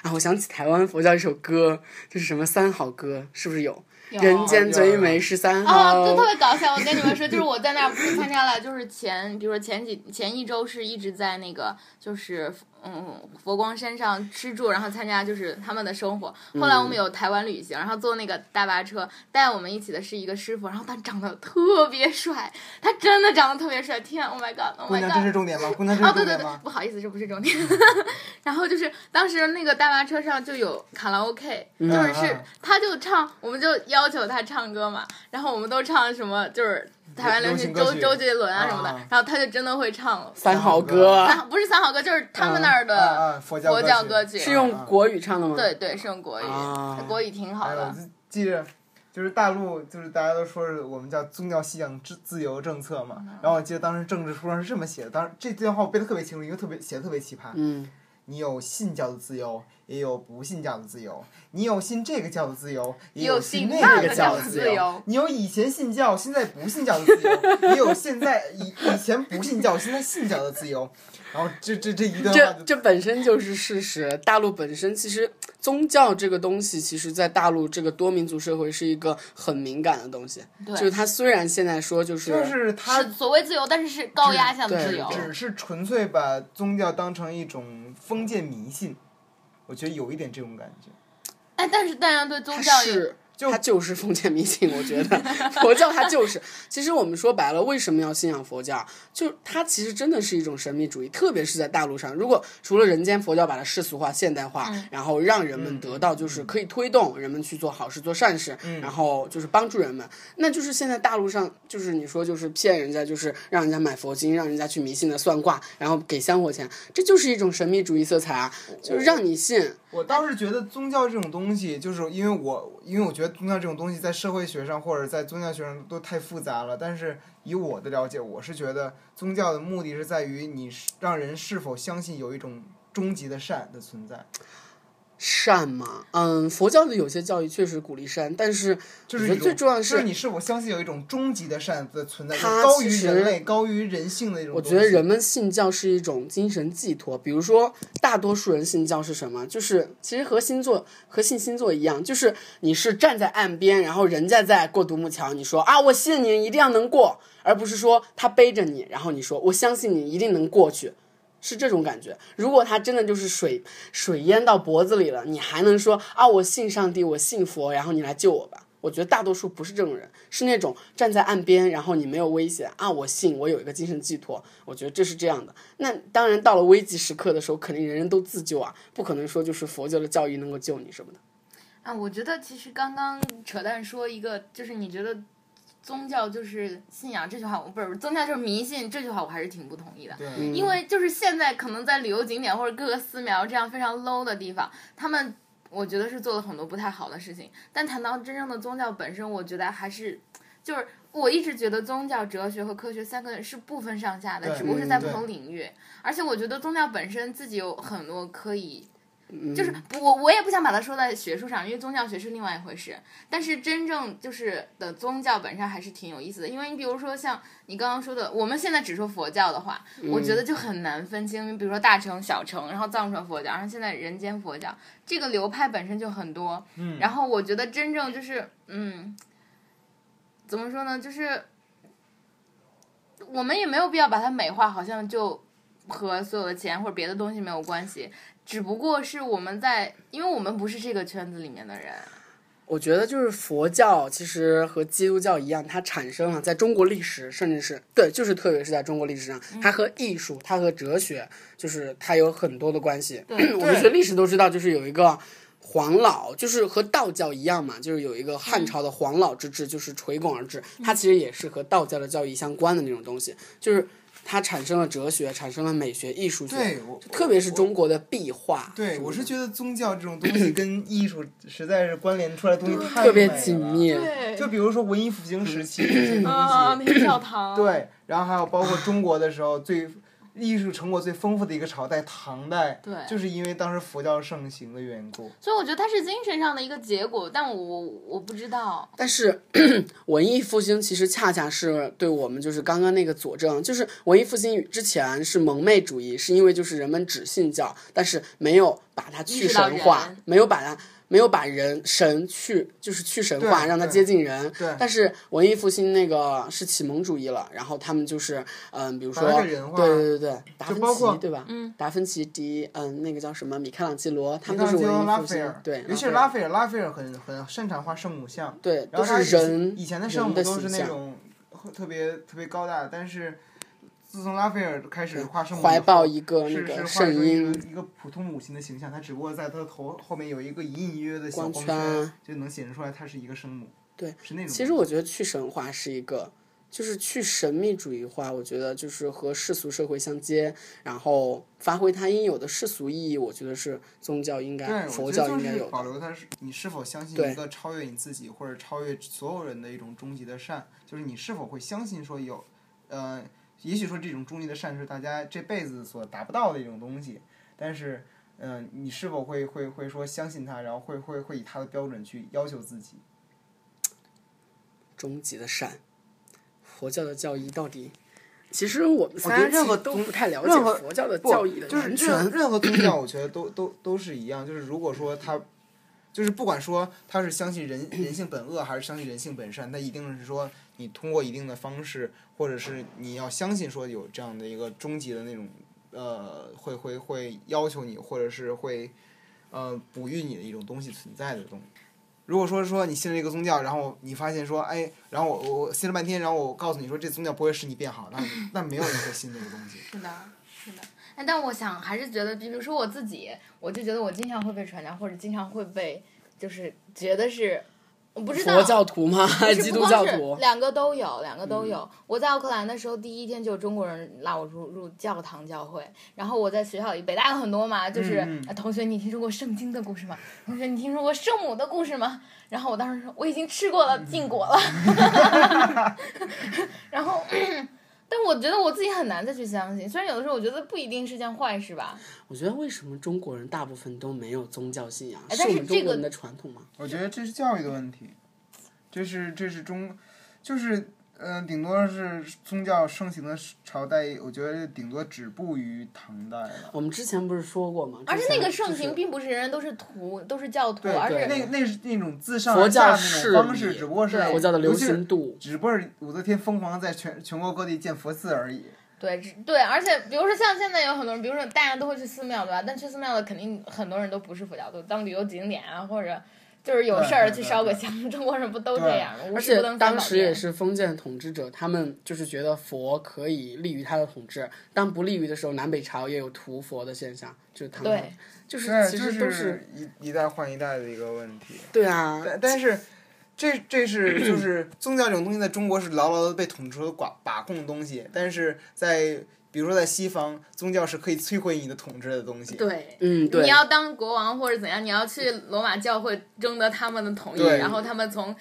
[SPEAKER 3] 啊，我想起台湾佛教一首歌，就是什么三好歌，是不是有？人间最美十三好。
[SPEAKER 2] 哦，就特别搞笑。我跟你们说，就是我在那儿不是参加了，就是前，比如说前几前一周是一直在那个就是嗯佛光山上吃住，然后参加就是他们的生活。
[SPEAKER 1] 嗯
[SPEAKER 2] 后来我们有台湾旅行，然后坐那个大巴车，带我们一起的是一个师傅，然后他长得特别帅，他真的长得特别帅，天，Oh my God，Oh
[SPEAKER 1] 姑
[SPEAKER 2] my
[SPEAKER 1] 娘，这
[SPEAKER 2] God。
[SPEAKER 1] 是重点吗？姑娘，这
[SPEAKER 2] 哦，
[SPEAKER 1] 是
[SPEAKER 2] 对
[SPEAKER 1] 重
[SPEAKER 2] 对
[SPEAKER 1] 点
[SPEAKER 2] 对
[SPEAKER 1] 吗，？
[SPEAKER 2] 不好意思，这不是重点。然后就是当时那个大巴车上就有卡拉 OK，就是是
[SPEAKER 1] 嗯
[SPEAKER 2] 他就唱，我们就要求他唱歌嘛，然后我们都唱什么就是台湾流行
[SPEAKER 1] 流
[SPEAKER 2] 周
[SPEAKER 1] 行歌曲
[SPEAKER 2] 周杰伦啊什么的
[SPEAKER 1] 啊啊，
[SPEAKER 2] 然后他就真的会唱啊了。
[SPEAKER 3] 三好歌
[SPEAKER 2] 三不是三好歌，就是他们那儿
[SPEAKER 1] 啊
[SPEAKER 2] 的
[SPEAKER 1] 啊，佛教
[SPEAKER 2] 佛教歌
[SPEAKER 1] 歌曲。
[SPEAKER 2] 曲，
[SPEAKER 3] 是用国语唱的吗？
[SPEAKER 2] 对，对是用国语
[SPEAKER 3] 啊，
[SPEAKER 2] 国语挺好
[SPEAKER 1] 哎，我
[SPEAKER 2] 的
[SPEAKER 1] 就。记着，就是大陆，就是大家都说是我们叫宗教信仰自自由政策嘛。然后我记得当时政治书上是这么写的，当时这段话我背的特别清楚，因为特别写的特别奇葩。
[SPEAKER 3] 嗯，
[SPEAKER 1] 你有信教的自由，也有不信教的自由；你有信这个教的自由，也
[SPEAKER 2] 有
[SPEAKER 1] 信
[SPEAKER 2] 信
[SPEAKER 1] 那
[SPEAKER 3] 那
[SPEAKER 1] 个教
[SPEAKER 3] 个教
[SPEAKER 1] 的
[SPEAKER 3] 的
[SPEAKER 1] 自
[SPEAKER 3] 自
[SPEAKER 1] 由。
[SPEAKER 2] 由
[SPEAKER 1] 你有以前信教，现在不信教的自由；也有现在以以前不信教，现在信教的自由。然后这这这一段话
[SPEAKER 3] 这
[SPEAKER 1] 就
[SPEAKER 3] 这本身就是事实。大陆本身其实宗教这个东西，其实在大陆这个多民族社会是一个很敏感的东西。
[SPEAKER 2] 对
[SPEAKER 3] 就是它虽然现在说就是
[SPEAKER 1] 就是他
[SPEAKER 2] 是所谓自由，但是是高压下的
[SPEAKER 3] 对
[SPEAKER 2] 自由。
[SPEAKER 1] 只是纯粹把宗教当成一种封建迷信，我觉得有一点这种感觉。
[SPEAKER 2] 哎，但是大家对宗
[SPEAKER 3] 它
[SPEAKER 2] 教有
[SPEAKER 3] 是它就是封建迷信，我觉得 佛教它就是。其实我们说白了，为什么要信仰佛教？就它其实真的是一种神秘主义，特别是在大陆上。如果除了人间佛教把它世俗化、现代化，
[SPEAKER 2] 嗯
[SPEAKER 3] 然后让人们得到就是可以推动人们去做好事、做善事，
[SPEAKER 2] 嗯
[SPEAKER 3] 然后就是帮助人们，那就是现在大陆上就是你说就是骗人家，就是让人家买佛经，让人家去迷信的算卦，然后给香火钱，这就是一种神秘主义色彩啊，就是让你信。
[SPEAKER 1] 我倒是觉得宗教这种东西，就是因为我，因为我觉得宗教这种东西在社会学上或者在宗教学上都太复杂了。但是以我的了解，我是觉得宗教的目的是在于你是让人是否相信有一种终极的善的存在。
[SPEAKER 3] 善嘛，嗯，佛教的有些教育确实鼓励善，但是
[SPEAKER 1] 就
[SPEAKER 3] 我
[SPEAKER 1] 是
[SPEAKER 3] 觉
[SPEAKER 1] 有
[SPEAKER 3] 得最重要的
[SPEAKER 1] 就是
[SPEAKER 3] 是，
[SPEAKER 1] 你是我相信有一种终极的善的存在，就
[SPEAKER 3] 它
[SPEAKER 1] 高于
[SPEAKER 3] 其实
[SPEAKER 1] 人类、高于人性的一种
[SPEAKER 3] 我
[SPEAKER 1] 东西。
[SPEAKER 3] 觉得人们信教是一种精神寄托。比如说，大多数人信教是什么？就是其实和星座和信星座一样，就是你是站在岸边，然后人家在过独木桥，你说啊，我信你一定要能过，而不是说他背着你，然后你说我相信你一定能过去。是这种感觉。如果他真的就是水水淹到脖子里了，你还能说啊，我信上帝，我信佛，然后你来救我吧？我觉得大多数不是这种人，是那种站在岸边，然后你没有危险啊，我信，我有一个精神寄托。我觉得这是这样的。那当然，到了危急时刻的时候，肯定人人都自救啊，不可能说就是佛教的教义能够救你什么的。
[SPEAKER 2] 啊，我觉得其实刚刚扯淡说一个，就是你觉得宗教就是信仰这句话，我不是宗教就是迷信这句话，我还是挺不同意的。
[SPEAKER 1] 对，
[SPEAKER 3] 嗯
[SPEAKER 2] 因为就是现在可能在旅游景点或者各个寺庙这样非常 low 的地方，他们我觉得是做了很多不太好的事情。但谈到真正的宗教本身，我觉得还是就是我一直觉得宗教、哲学和科学三个是不分上下的，
[SPEAKER 1] 对
[SPEAKER 2] 只不过是在
[SPEAKER 1] 嗯
[SPEAKER 2] 不同
[SPEAKER 1] 对
[SPEAKER 2] 领域。而且我觉得宗教本身自己有很多可以。就是不我我也不想把它说在学术上，因为宗教学是另外一回事。但是真正就是的宗教本身还是挺有意思的，因为你比如说像你刚刚说的，我们现在只说佛教的话，我觉得就很难分清。你比如说大乘、小乘，然后藏传佛教，然后现在人间佛教，这个流派本身就很多。嗯，然后我觉得真正就是嗯，怎么说呢，就是我们也没有必要把它美化，好像就和所有的钱或者别的东西没有关系。只不过是我们在，因为我们不是这个圈子里面的人，
[SPEAKER 3] 我觉得就是佛教其实和基督教一样，它产生了在中国历史，甚至是对，就是特别是在中国历史上，
[SPEAKER 1] 嗯
[SPEAKER 3] 它和艺术、它和哲学，就是它有很多的关系。 我们学历史都知道，就是有一个黄老，就是和道教一样嘛，就是有一个
[SPEAKER 1] 嗯
[SPEAKER 3] 汉朝的黄老之治，就是垂拱而治，它其实也是和道教的教义相关的那种东西，就是它产生了哲学，产生了美学、艺术学
[SPEAKER 1] 对，我
[SPEAKER 3] 特别是中国的壁画。
[SPEAKER 1] 对，我是觉得宗教这种东西 跟艺术实在是关联出来的东西太
[SPEAKER 3] 特别
[SPEAKER 1] 美
[SPEAKER 3] 紧
[SPEAKER 1] 了
[SPEAKER 3] 密。
[SPEAKER 2] 对
[SPEAKER 1] 就比如说文艺复兴时期这些东西，
[SPEAKER 2] 啊，那个教堂，
[SPEAKER 1] 对，然后还有包括中国的时候最艺术成果最丰富的一个朝代唐代，
[SPEAKER 2] 对
[SPEAKER 1] 就是因为当时佛教盛行的缘故。
[SPEAKER 2] 所以我觉得它是精神上的一个结果，但我我我不知道，
[SPEAKER 3] 但是 文艺复兴其实恰恰是对我们就是刚刚那个佐证，就是文艺复兴之前是蒙昧主义，是因为就是人们只信教，但是没有把它
[SPEAKER 2] 意
[SPEAKER 3] 去神
[SPEAKER 2] 识到
[SPEAKER 3] 化
[SPEAKER 2] 人，
[SPEAKER 3] 没有把它没有把人神去就是去神化，
[SPEAKER 1] 对
[SPEAKER 3] 让它
[SPEAKER 1] 对
[SPEAKER 3] 接近人。
[SPEAKER 1] 对
[SPEAKER 3] 但是文艺复兴那个是启蒙主义了，然后他们就是嗯、比如说
[SPEAKER 1] 把它给人化
[SPEAKER 3] 对对对对，达
[SPEAKER 1] 就
[SPEAKER 3] 芬
[SPEAKER 1] 包括
[SPEAKER 3] 奇对吧？
[SPEAKER 2] 嗯，
[SPEAKER 3] 达芬奇、迪嗯那个叫什么米开朗基罗，他
[SPEAKER 1] 你
[SPEAKER 3] 们都
[SPEAKER 1] 看，
[SPEAKER 3] 是
[SPEAKER 1] 就
[SPEAKER 3] 文艺
[SPEAKER 1] 拉
[SPEAKER 3] 复
[SPEAKER 1] 斐
[SPEAKER 3] 兴
[SPEAKER 1] 尔，，
[SPEAKER 3] 对，
[SPEAKER 1] 尤其是
[SPEAKER 3] 拉
[SPEAKER 1] 拉
[SPEAKER 3] 斐尔
[SPEAKER 1] 斐尔，拉斐尔很很擅长画圣母像，
[SPEAKER 3] 对
[SPEAKER 1] 然
[SPEAKER 3] 都
[SPEAKER 1] 后他
[SPEAKER 3] 是
[SPEAKER 1] 以前
[SPEAKER 3] 人
[SPEAKER 1] 以前的圣
[SPEAKER 3] 人
[SPEAKER 1] 母
[SPEAKER 3] 的
[SPEAKER 1] 都
[SPEAKER 3] 形
[SPEAKER 1] 是那
[SPEAKER 3] 象。
[SPEAKER 1] 种特别特别高大，但是自从拉斐尔开始画圣母以后，
[SPEAKER 3] 怀抱一个那
[SPEAKER 1] 是
[SPEAKER 3] 个
[SPEAKER 1] 是画
[SPEAKER 3] 圣
[SPEAKER 1] 出一个
[SPEAKER 3] 婴，
[SPEAKER 1] 一个普通母亲的形象，她只不过在她的头后面有一个隐隐约约的小
[SPEAKER 3] 光
[SPEAKER 1] 光
[SPEAKER 3] 圈
[SPEAKER 1] 圈
[SPEAKER 3] 啊，
[SPEAKER 1] 就能显示出来她是一个生母。
[SPEAKER 3] 对，
[SPEAKER 1] 是那种。
[SPEAKER 3] 其实我觉得去神话是一个，就是去神秘主义化，我觉得就是和世俗社会相接，然后发挥它应有的世俗意义，我觉得是宗教应
[SPEAKER 1] 对，
[SPEAKER 3] 该、
[SPEAKER 1] 我
[SPEAKER 3] 佛
[SPEAKER 1] 觉得
[SPEAKER 3] 教
[SPEAKER 1] 就
[SPEAKER 3] 应该
[SPEAKER 1] 是
[SPEAKER 3] 有
[SPEAKER 1] 保
[SPEAKER 3] 的。
[SPEAKER 1] 留它是你是否相信
[SPEAKER 3] 对
[SPEAKER 1] 一个超越你自己或者超越所有人的一种终极的善，就是你是否会相信说有，呃，也许说这种终极的善是大家这辈子所达不到的一种东西，但是，嗯、你是否会会会说相信它，然后会会会以它的标准去要求自己？
[SPEAKER 3] 终极的善，佛教的教义到底？其实我们
[SPEAKER 1] 我觉
[SPEAKER 3] 仨
[SPEAKER 1] 得
[SPEAKER 3] 任何
[SPEAKER 1] 其
[SPEAKER 3] 都不太了
[SPEAKER 1] 任何
[SPEAKER 3] 解佛教的
[SPEAKER 1] 不
[SPEAKER 3] 教义的
[SPEAKER 1] 就是
[SPEAKER 3] 完
[SPEAKER 1] 任
[SPEAKER 3] 全。
[SPEAKER 1] 任何宗教，我觉得都都都是一样。就是如果说他，就是不管说他是相信人人性本恶，还是相信人性本善，他一定是说你通过一定的方式，或者是你要相信说有这样的一个终极的那种呃，会会会要求你，或者是会呃哺育你的一种东西存在的东西。如果说说你信了一个宗教，然后你发现说，哎，然后我我我信了半天，然后我告诉你说这宗教不会使你变好，那那没有人会信这个东西。
[SPEAKER 2] 是的，是的。哎，但我想还是觉得，比如说我自己，我就觉得我经常会被传教，或者经常会被就是觉得是，我不知道
[SPEAKER 3] 佛教徒吗？
[SPEAKER 2] 是
[SPEAKER 3] 基
[SPEAKER 2] 不
[SPEAKER 3] 督
[SPEAKER 2] 光
[SPEAKER 3] 教
[SPEAKER 2] 是
[SPEAKER 3] 徒？嗯
[SPEAKER 2] 两个都有，两个都有。我在奥克兰的时候，第一天就有中国人拉我入入教堂教会，然后我在学校里，北大有很多嘛，就是、
[SPEAKER 1] 嗯嗯
[SPEAKER 2] 呃同学，你听说过圣经的故事吗？同学，你听说过圣母的故事吗？然后我当时
[SPEAKER 3] 嗯
[SPEAKER 2] 说我已经吃过了，禁果了。然后，但我觉得我自己很难再去相信，虽然有的时候我觉得不一定是件坏事吧。
[SPEAKER 3] 我觉得为什么中国人大部分都没有宗教信仰？
[SPEAKER 2] 哎
[SPEAKER 3] 是
[SPEAKER 2] 但
[SPEAKER 3] 我
[SPEAKER 2] 是
[SPEAKER 3] 们中
[SPEAKER 2] 这
[SPEAKER 3] 国
[SPEAKER 2] 个
[SPEAKER 3] 人的传统吗？
[SPEAKER 1] 我觉得这是教育的问题，这是这是中，就是嗯、呃，顶多是宗教盛行的朝代，我觉得顶多止步于唐代了。
[SPEAKER 3] 我们之前不是说过吗？
[SPEAKER 2] 而且
[SPEAKER 3] 之前
[SPEAKER 2] 那个
[SPEAKER 3] 就是
[SPEAKER 2] 盛行并不是人人都是徒，都是教徒，
[SPEAKER 1] 对
[SPEAKER 2] 而
[SPEAKER 3] 对
[SPEAKER 2] 是
[SPEAKER 1] 那那是那种自上
[SPEAKER 3] 佛
[SPEAKER 1] 而
[SPEAKER 3] 教
[SPEAKER 1] 下那
[SPEAKER 3] 势力
[SPEAKER 1] 种方式，只不过是
[SPEAKER 3] 佛教的流
[SPEAKER 1] 尤其是
[SPEAKER 3] 行度，
[SPEAKER 1] 只不过是武则天疯狂地在全全国各地建佛寺而已。
[SPEAKER 2] 对只对，而且比如说像现在有很多人，比如说大家都会去寺庙，对吧？但去寺庙的肯定很多人都不是佛教徒，当旅游景点啊，或者就是有事儿
[SPEAKER 1] 对对
[SPEAKER 2] 去
[SPEAKER 1] 对
[SPEAKER 2] 烧个
[SPEAKER 1] 对
[SPEAKER 2] 香。中国人不都这
[SPEAKER 1] 对
[SPEAKER 2] 样吗？无
[SPEAKER 3] 而
[SPEAKER 2] 事
[SPEAKER 3] 且
[SPEAKER 2] 不登三
[SPEAKER 3] 当
[SPEAKER 2] 宝
[SPEAKER 3] 时也
[SPEAKER 2] 殿。
[SPEAKER 3] 是封建统治者，他们就是觉得佛可以利于他的统治，当不利于的时候，南北朝也有屠佛的现象，就是他们
[SPEAKER 2] 对，
[SPEAKER 3] 就是
[SPEAKER 1] 对，
[SPEAKER 3] 其
[SPEAKER 1] 就
[SPEAKER 3] 实都是
[SPEAKER 1] 是一一代换一代的一个问题。
[SPEAKER 3] 对啊，
[SPEAKER 1] 但但是，这这是 就是宗教这种东西，在中国是牢牢的被统治和把把控的东西，但是在比如说在西方，宗教是可以摧毁你的统治的东西。
[SPEAKER 2] 对。
[SPEAKER 3] 嗯，对
[SPEAKER 2] 你，要当国王或者怎样，你要去罗马教会征得他们的同意，
[SPEAKER 1] 对
[SPEAKER 2] 然后他们从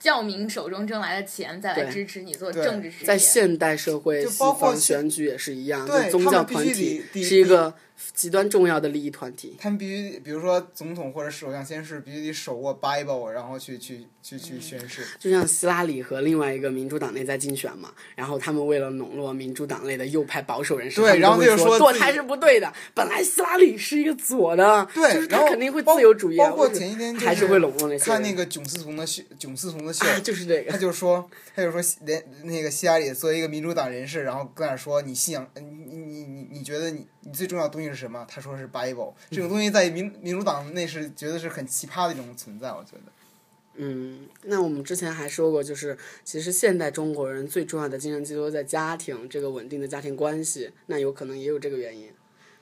[SPEAKER 2] 教民手中挣来的钱再来
[SPEAKER 3] 对
[SPEAKER 2] 支持你做
[SPEAKER 1] 对
[SPEAKER 2] 政治事业。
[SPEAKER 3] 在现代社会，
[SPEAKER 1] 就
[SPEAKER 3] 西
[SPEAKER 1] 包括
[SPEAKER 3] 方
[SPEAKER 1] 是
[SPEAKER 3] 选举也是一样，
[SPEAKER 1] 对
[SPEAKER 3] 就宗
[SPEAKER 1] 他们
[SPEAKER 3] 教
[SPEAKER 1] 必
[SPEAKER 3] 团
[SPEAKER 1] 须
[SPEAKER 3] 体
[SPEAKER 1] 得
[SPEAKER 3] 是一个极端重要的利益团体。
[SPEAKER 1] 他们必须，比如说总统或者首相先是必须得手握 Bible，然后去去去去宣誓。
[SPEAKER 3] 就像希拉里和另外一个民主党内在竞选嘛，然后他们为了笼络民主党内的右派保守人士，
[SPEAKER 1] 对
[SPEAKER 3] 他们
[SPEAKER 1] 然后
[SPEAKER 3] 会
[SPEAKER 1] 就
[SPEAKER 3] 说
[SPEAKER 1] 说
[SPEAKER 3] 堕
[SPEAKER 1] 自己
[SPEAKER 3] 胎是不对的。本来希拉里是一个左的，
[SPEAKER 1] 对
[SPEAKER 3] 就是
[SPEAKER 1] 然
[SPEAKER 3] 他
[SPEAKER 1] 后
[SPEAKER 3] 肯定会
[SPEAKER 1] 包
[SPEAKER 3] 自由主义啊，
[SPEAKER 1] 包括
[SPEAKER 3] 为什么
[SPEAKER 1] 前一天就
[SPEAKER 3] 还是
[SPEAKER 1] 是
[SPEAKER 3] 会笼络那些人。
[SPEAKER 1] 看那个囧思彤的秀，囧思彤的秀，
[SPEAKER 3] 哎，就是这
[SPEAKER 1] 他
[SPEAKER 3] 个，
[SPEAKER 1] 就说，他就说希，连那个希拉里作为一个民主党人士，然后跟那儿说，你信仰，你你你你你觉得你你最重要的东西是什么？他说是 Bible，这种东西在民民主党内是觉得是很奇葩的一种存在，我觉得。
[SPEAKER 3] 嗯，那我们之前还说过，就是其实现代中国人最重要的精神寄托在家庭这个稳定的家庭关系，那有可能也有这个原因，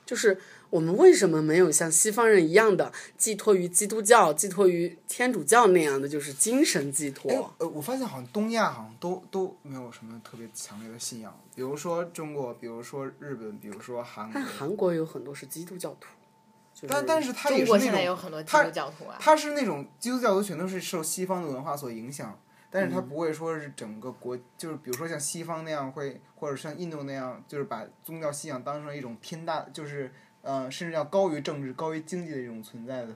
[SPEAKER 3] 就是我们为什么没有像西方人一样的寄托于基督教、寄托于天主教那样的就是精神寄托？
[SPEAKER 1] 哎，呃，我发现好像东亚好像都都没有什么特别强烈的信仰，比如说中国，比如说日本，比如说韩国
[SPEAKER 3] 但，韩国有很多是基督教徒，就是、
[SPEAKER 1] 但但是他
[SPEAKER 2] 中
[SPEAKER 1] 也
[SPEAKER 2] 国
[SPEAKER 1] 是
[SPEAKER 2] 现在
[SPEAKER 1] 那
[SPEAKER 2] 有
[SPEAKER 1] 种，
[SPEAKER 2] 很多基
[SPEAKER 1] 他
[SPEAKER 2] 督教徒啊，
[SPEAKER 1] 他是那种基督教徒全都是受西方的文化所影响，但是他不会说是整个国，就是比如说像西方那样会，或者像印度那样，就是把宗教信仰当成一种偏大，就是呃，甚至要高于政治、高于经济的一种存在的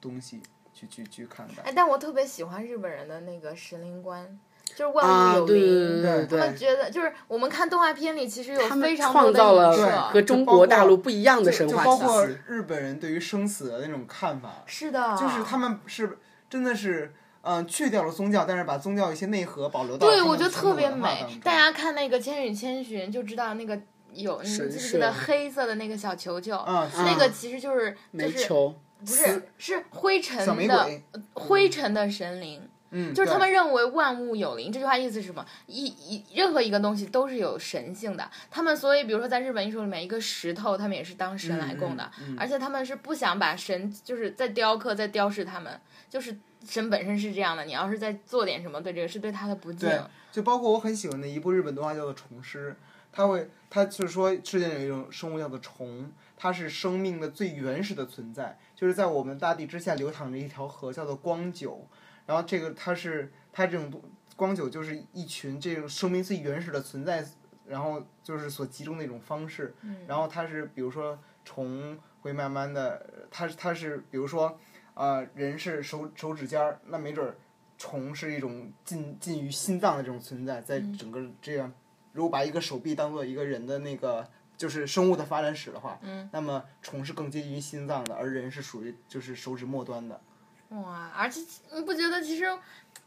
[SPEAKER 1] 东西去去去看待。
[SPEAKER 2] 哎，但我特别喜欢日本人的那个神灵观，就是万
[SPEAKER 3] 啊，
[SPEAKER 2] 物
[SPEAKER 3] 对
[SPEAKER 2] 有灵。
[SPEAKER 3] 对对
[SPEAKER 2] 他们
[SPEAKER 3] 对
[SPEAKER 2] 觉得就是我们看动画片里，其实有
[SPEAKER 3] 他
[SPEAKER 2] 非
[SPEAKER 3] 们
[SPEAKER 2] 常多
[SPEAKER 3] 创
[SPEAKER 2] 的
[SPEAKER 3] 造
[SPEAKER 2] 影
[SPEAKER 1] 对
[SPEAKER 3] 了
[SPEAKER 2] 射
[SPEAKER 3] 和，中国大陆不一样的
[SPEAKER 1] 就
[SPEAKER 3] 神
[SPEAKER 1] 就
[SPEAKER 3] 话
[SPEAKER 1] 包括
[SPEAKER 3] 体系。
[SPEAKER 1] 日本人对于生死的那种看法，
[SPEAKER 2] 是的，
[SPEAKER 1] 就是他们是真的是。嗯，去掉了宗教，但是把宗教一些内核保留到
[SPEAKER 2] 对
[SPEAKER 1] 他们
[SPEAKER 2] 我觉得
[SPEAKER 1] 传统
[SPEAKER 2] 特别
[SPEAKER 1] 文化
[SPEAKER 2] 美
[SPEAKER 1] 当中。
[SPEAKER 2] 大家看那个《千与千寻》就知道那个有，你记
[SPEAKER 3] 神
[SPEAKER 2] 不记
[SPEAKER 3] 社
[SPEAKER 2] 得黑色的那个小球球？
[SPEAKER 1] 啊，
[SPEAKER 2] 那个其实就是就
[SPEAKER 3] 煤
[SPEAKER 2] 是
[SPEAKER 3] 球
[SPEAKER 2] 不是是灰尘
[SPEAKER 1] 小玫
[SPEAKER 2] 的呃
[SPEAKER 1] 瑰
[SPEAKER 2] 灰尘的神灵，
[SPEAKER 1] 嗯，
[SPEAKER 2] 就是
[SPEAKER 1] 对
[SPEAKER 2] 他们认为万物有灵。这句话意思是什么？一一任何一个东西都是有神性的。他们所以，比如说在日本艺术里面，一个石头他们也是当神来供的，
[SPEAKER 1] 嗯嗯嗯
[SPEAKER 2] 而且他们是不想把神就是在雕刻、在雕饰他们，就是神本身是这样的。你要是再做点什么对这个，是对他的不敬。
[SPEAKER 1] 对就包括我很喜欢的一部日本动画叫做《虫师》，它会，它就是说世界上有一种生物叫做虫，它是生命的最原始的存在，就是在我们大地之下流淌着一条河，叫做光九。然后这个它是它这种东光九就是一群这种生命最原始的存在，然后就是所集中的一种方式。然后它是比如说虫会慢慢的，它是它是比如说。呃，人是手手指尖儿，那没准儿虫是一种近近于心脏的这种存在，在整个这样，如果把一个手臂当做一个人的那个就是生物的发展史的话，那么虫是更接近于心脏的，而人是属于就是手指末端的。
[SPEAKER 2] 哇，而且你不觉得其实？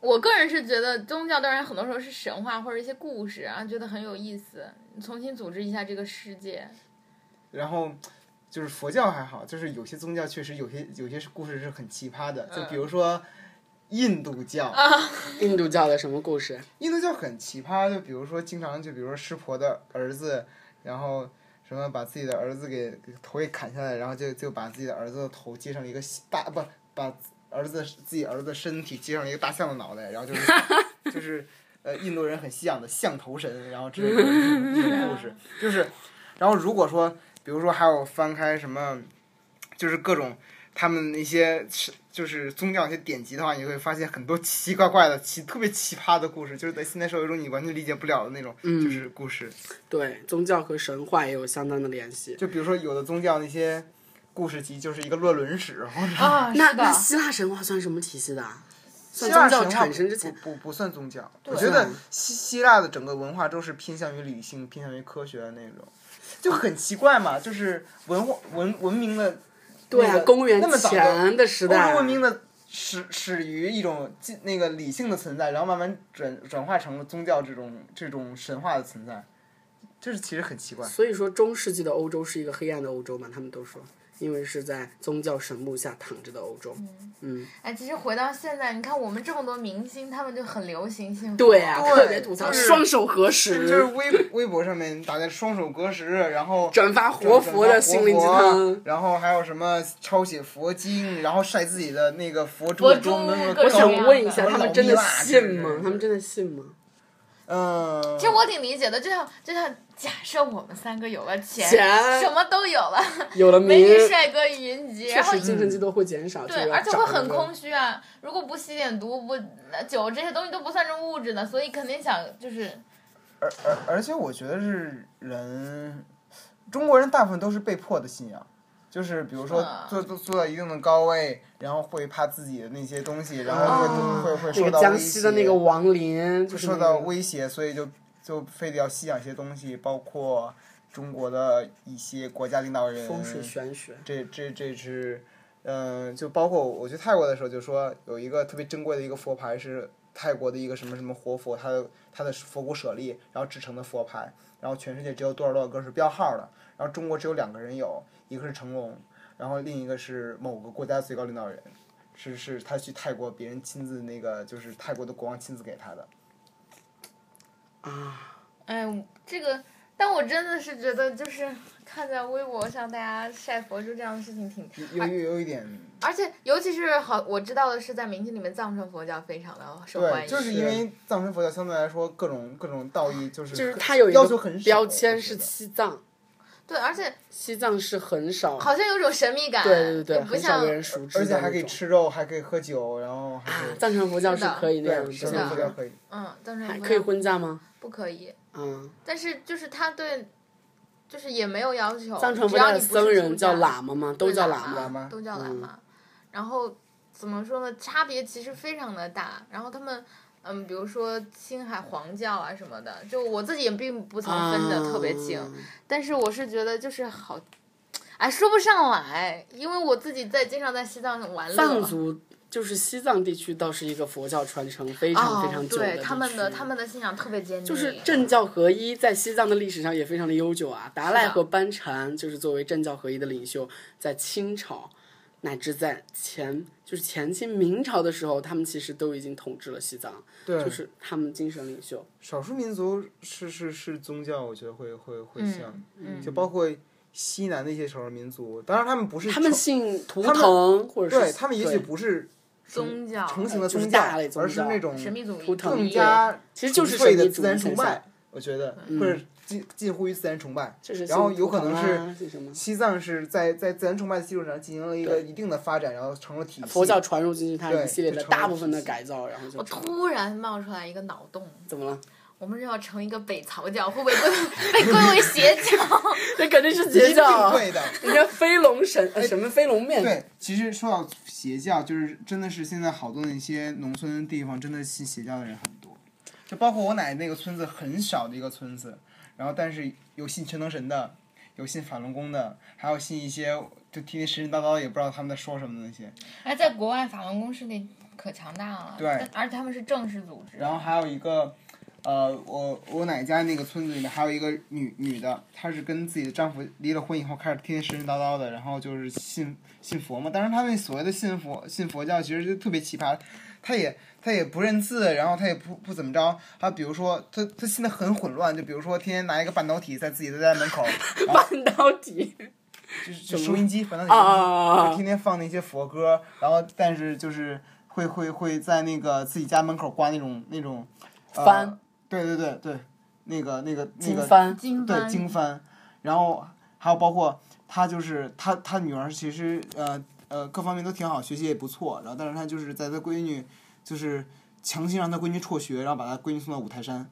[SPEAKER 2] 我个人是觉得宗教当然很多时候是神话或者一些故事啊，觉得很有意思，重新组织一下这个世 界。
[SPEAKER 1] 然后就是佛教还好，就是有些宗教确实有些有些是故事是很奇葩的，就比如说印度教，
[SPEAKER 3] 印度教的什么故事？
[SPEAKER 1] 印度教很奇葩，就比如说经常就比如说湿婆的儿子，然后什么把自己的儿子给给头给砍下来，然后就就把自己的儿子的头接上了一个西大不把儿子自己儿子的身体接上了一个大象的脑袋，然后就是就是呃印度人很信仰的象头神，然后之类的这种故事，就是然后如果说比如说还有翻开什么，就是各种他们那些神就是宗教一些典籍的话，你会发现很多奇奇怪怪的、奇特别奇葩的故事，就是在现代社会中你完全理解不了的那种，
[SPEAKER 3] 嗯
[SPEAKER 1] 就是故事。
[SPEAKER 3] 对，宗教和神话也有相当的联系。
[SPEAKER 1] 就比如说有的宗教那些故事集就是一个乱伦史，或者
[SPEAKER 2] 啊，
[SPEAKER 3] 那
[SPEAKER 2] 是
[SPEAKER 3] 那
[SPEAKER 2] 的，
[SPEAKER 3] 希腊神话算什么体系的啊？算
[SPEAKER 1] 希腊
[SPEAKER 3] 宗教
[SPEAKER 1] 神话
[SPEAKER 3] 产生之
[SPEAKER 1] 不
[SPEAKER 3] 前，
[SPEAKER 1] 不不算宗教，我
[SPEAKER 2] 对
[SPEAKER 1] 觉得希希腊的整个文化都是偏向于理性、偏向于科学的那种，就很奇怪嘛，就是文化文文明的
[SPEAKER 3] 对啊，
[SPEAKER 1] 那个
[SPEAKER 3] 公元
[SPEAKER 1] 那么早的
[SPEAKER 3] 前的时
[SPEAKER 1] 欧
[SPEAKER 3] 代啊
[SPEAKER 1] 洲，文明的始始于一种进那个理性的存在，然后慢慢转转化成了宗教这种这种神话的存在，就是其实很奇怪。
[SPEAKER 3] 所以说中世纪的欧洲是一个黑暗的欧洲嘛，他们都说，因为是在宗教神木下躺着的欧洲。嗯，
[SPEAKER 2] 哎，其实回到现在，你看我们这么多明星，他们就很流行性。
[SPEAKER 3] 对啊，
[SPEAKER 1] 对
[SPEAKER 3] 特别吐槽，
[SPEAKER 1] 就是
[SPEAKER 3] 双手合
[SPEAKER 1] 就是就是
[SPEAKER 3] 十，
[SPEAKER 1] 微微博上面大家双手合十，然后
[SPEAKER 3] 转发活佛的心灵鸡汤。
[SPEAKER 1] 然后还有什么抄写佛经，然后晒自己的那个佛珠
[SPEAKER 2] 佛
[SPEAKER 1] 的中
[SPEAKER 2] 珠
[SPEAKER 1] 那个
[SPEAKER 2] 各
[SPEAKER 3] 我
[SPEAKER 2] 种
[SPEAKER 1] 高
[SPEAKER 3] 想
[SPEAKER 2] 样
[SPEAKER 3] 问一下，
[SPEAKER 1] 我
[SPEAKER 3] 他
[SPEAKER 1] 老啊
[SPEAKER 3] 们真的
[SPEAKER 1] 蜜蜡
[SPEAKER 3] 信
[SPEAKER 1] 真
[SPEAKER 3] 吗
[SPEAKER 1] 是？
[SPEAKER 3] 他们真的信吗？
[SPEAKER 1] 嗯，
[SPEAKER 2] 其实我挺理解的，就像就像假设我们三个有了钱，
[SPEAKER 3] 钱
[SPEAKER 2] 什么都有了，
[SPEAKER 3] 有了
[SPEAKER 2] 美
[SPEAKER 3] 名，
[SPEAKER 2] 女、帅哥、云集，
[SPEAKER 3] 确
[SPEAKER 2] 然后
[SPEAKER 3] 实竞争激斗会减少，这
[SPEAKER 2] 对，
[SPEAKER 3] 个
[SPEAKER 2] 而且
[SPEAKER 3] 找
[SPEAKER 2] 会
[SPEAKER 3] 一
[SPEAKER 2] 很
[SPEAKER 3] 个
[SPEAKER 2] 空虚啊。如果不吸点毒、不呃酒这些东西都不算是物质的，所以肯定想就是
[SPEAKER 1] 而而而且我觉得是人，中国人大部分都是被迫的信仰，就是比如说
[SPEAKER 2] 啊
[SPEAKER 1] 做做做到一定的高位，然后会怕自己的那些东西，然后会、
[SPEAKER 3] 啊
[SPEAKER 1] 会会
[SPEAKER 3] 那
[SPEAKER 1] 受
[SPEAKER 3] 个
[SPEAKER 1] 到
[SPEAKER 3] 江
[SPEAKER 1] 威
[SPEAKER 3] 西
[SPEAKER 1] 胁，
[SPEAKER 3] 的那个王林，就是
[SPEAKER 1] 受
[SPEAKER 3] 那
[SPEAKER 1] 到
[SPEAKER 3] 个
[SPEAKER 1] 威胁，所以就就非得要信仰一些东西，包括中国的一些国家领导人，
[SPEAKER 3] 风水玄学，
[SPEAKER 1] 这这这是，嗯、就包括我去泰国的时候，就说有一个特别珍贵的一个佛牌是泰国的一个什么什么活佛，它的它的佛骨舍利，然后制成的佛牌，然后全世界只有多少多少个是标号的，然后中国只有两个人有，一个是成龙，然后另一个是某个国家最高领导人，是是他去泰国，别人亲自那个就是泰国的国王亲自给他的，
[SPEAKER 2] 哎，这个，但我真的是觉得，就是看在微博上大家晒佛珠这样的事情挺，
[SPEAKER 1] 有有有有一点，
[SPEAKER 2] 而且尤其是好，我知道的是，在明星里面藏传佛教非常的受欢
[SPEAKER 1] 对，
[SPEAKER 2] 迎，
[SPEAKER 1] 就是因为藏传佛教相对来说各种各种道义就是
[SPEAKER 3] 就是
[SPEAKER 1] 很
[SPEAKER 3] 它有一
[SPEAKER 1] 要求
[SPEAKER 3] 个
[SPEAKER 1] 很少
[SPEAKER 3] 标
[SPEAKER 1] 我
[SPEAKER 3] 签
[SPEAKER 1] 觉
[SPEAKER 3] 是
[SPEAKER 1] 得
[SPEAKER 3] 西藏，
[SPEAKER 2] 对，而且
[SPEAKER 3] 西藏是很少，
[SPEAKER 2] 好像有种神秘感，
[SPEAKER 3] 对对对，
[SPEAKER 2] 也不
[SPEAKER 3] 很少
[SPEAKER 2] 像
[SPEAKER 3] 为人熟知
[SPEAKER 1] 而且
[SPEAKER 3] 的那种，啊
[SPEAKER 1] 还可以吃肉，还可以喝酒，然后还可以、
[SPEAKER 3] 藏传佛教是
[SPEAKER 2] 的
[SPEAKER 3] 可以那样
[SPEAKER 1] 对，
[SPEAKER 3] 的，
[SPEAKER 1] 什
[SPEAKER 2] 的
[SPEAKER 1] 么
[SPEAKER 2] 佛
[SPEAKER 1] 喝
[SPEAKER 2] 教
[SPEAKER 1] 酒可以。
[SPEAKER 2] 嗯，藏传
[SPEAKER 3] 还
[SPEAKER 2] 佛
[SPEAKER 3] 可以
[SPEAKER 2] 教
[SPEAKER 3] 婚嫁吗？
[SPEAKER 2] 不可以？
[SPEAKER 3] 嗯，
[SPEAKER 2] 但是就是他对，就是也没有要求，
[SPEAKER 3] 藏传
[SPEAKER 2] 只
[SPEAKER 3] 佛
[SPEAKER 2] 要
[SPEAKER 3] 教
[SPEAKER 2] 你
[SPEAKER 3] 的
[SPEAKER 2] 不是
[SPEAKER 3] 僧人
[SPEAKER 2] 出
[SPEAKER 3] 叫
[SPEAKER 2] 家
[SPEAKER 3] 喇嘛吗？都
[SPEAKER 2] 对
[SPEAKER 3] 叫
[SPEAKER 2] 喇
[SPEAKER 3] 喇嘛，
[SPEAKER 1] 嘛
[SPEAKER 2] 都叫喇
[SPEAKER 3] 嗯
[SPEAKER 2] 嘛。然后怎么说呢？差别其实非常的大。然后他们，嗯，比如说青海黄教啊什么的，就我自己也并不曾分的特别清，
[SPEAKER 3] 啊
[SPEAKER 2] 但是我是觉得就是好，哎，说不上来，因为我自己在经常在西藏玩乐。
[SPEAKER 3] 藏族就是西藏地区倒是一个佛教传承非常啊非常
[SPEAKER 2] 哦，
[SPEAKER 3] 久的地
[SPEAKER 2] 对
[SPEAKER 3] 区，
[SPEAKER 2] 他们的他们的信仰特别坚定，嗯
[SPEAKER 3] 就是政教合一在西藏的历史上也非常的悠久啊。达赖
[SPEAKER 2] 是的
[SPEAKER 3] 和班禅就是作为政教合一的领袖，在清朝乃至在前就是前清明朝的时候，他们其实都已经统治了西藏，
[SPEAKER 1] 对，
[SPEAKER 3] 就是他们精神领袖。
[SPEAKER 1] 少数民族是是是宗教，我觉得会会会像，
[SPEAKER 2] 嗯
[SPEAKER 1] 就包括西南的一些少数民族，当然他们不是
[SPEAKER 3] 他们
[SPEAKER 1] 成
[SPEAKER 3] 信图
[SPEAKER 1] 他们
[SPEAKER 3] 腾，或者是
[SPEAKER 1] 对他们也许
[SPEAKER 3] 对
[SPEAKER 1] 不是
[SPEAKER 2] 宗教哎
[SPEAKER 1] 成型的
[SPEAKER 3] 就是
[SPEAKER 1] 宗教，
[SPEAKER 3] 大类宗
[SPEAKER 1] 而是
[SPEAKER 3] 教
[SPEAKER 1] 那种
[SPEAKER 2] 神秘主义
[SPEAKER 3] 图腾
[SPEAKER 1] 更
[SPEAKER 3] 对
[SPEAKER 1] 加
[SPEAKER 3] 其实就是
[SPEAKER 1] 纯粹
[SPEAKER 3] 神
[SPEAKER 1] 的
[SPEAKER 3] 秘主
[SPEAKER 1] 自
[SPEAKER 3] 义
[SPEAKER 1] 然崇
[SPEAKER 3] 倾向
[SPEAKER 1] 拜，，我觉得或者近近乎于自然崇拜。
[SPEAKER 3] 嗯就是
[SPEAKER 1] 然后
[SPEAKER 3] 信
[SPEAKER 1] 有
[SPEAKER 3] 图
[SPEAKER 1] 可能
[SPEAKER 3] 腾
[SPEAKER 1] 是
[SPEAKER 3] 啊信什么
[SPEAKER 1] 西藏是在在自然崇拜的基础上进行了一个一定的发展，然后成了体系。
[SPEAKER 3] 佛教传入进去，它
[SPEAKER 1] 对
[SPEAKER 3] 一系列的
[SPEAKER 1] 就成为
[SPEAKER 3] 大部分的
[SPEAKER 1] 体系
[SPEAKER 3] 改造，然后就
[SPEAKER 2] 我
[SPEAKER 3] 成
[SPEAKER 2] 突然冒出来一个脑洞，
[SPEAKER 3] 怎 么了？
[SPEAKER 2] 我们是要成一个北曹教，会不会归 被归为 邪教？
[SPEAKER 3] 这肯定是
[SPEAKER 1] 一
[SPEAKER 3] 邪
[SPEAKER 1] 定
[SPEAKER 3] 教啊，
[SPEAKER 1] 会的。
[SPEAKER 3] 人家飞龙神呃什么飞龙面，
[SPEAKER 1] 对，其实说到邪教，就是真的是现在好多那些农村地方，真的信邪教的人很多，就包括我奶奶那个村子很小的一个村子，然后但是有信全能神的，有信法轮功的，还有信一些就天天神神叨叨也不知道他们在说什么的那些，
[SPEAKER 2] 哎，在国外法轮功势力可强大了，
[SPEAKER 1] 对
[SPEAKER 2] 但而且他们是正式组织，
[SPEAKER 1] 然后还有一个。呃，我我奶家那个村子里面还有一个女女的，她是跟自己的丈夫离了婚以后，开始天天神神叨叨的，然后就是信信佛嘛。当然，她那所谓的信佛信佛教，其实就特别奇葩，她也她也不认字，然后她也不不怎么着。她比如说，她她信的很混乱，就比如说天天拿一个半导体在自己的家门口，然后
[SPEAKER 3] 半导体
[SPEAKER 1] 就是就收音机，反正
[SPEAKER 3] 啊啊啊
[SPEAKER 1] 就天天放那些佛歌，然后但是就是会会会在那个自己家门口挂那种那种、呃、
[SPEAKER 3] 幡，
[SPEAKER 1] 对对对对，那个那个那
[SPEAKER 3] 经
[SPEAKER 1] 个
[SPEAKER 3] 幡，
[SPEAKER 2] 经
[SPEAKER 1] 对经幡，然后还有包括他就是他他女儿其实呃呃各方面都挺好，学习也不错。然后，但是他就是在他闺女，就是强行让他闺女辍学，然后把他闺女送到五台山。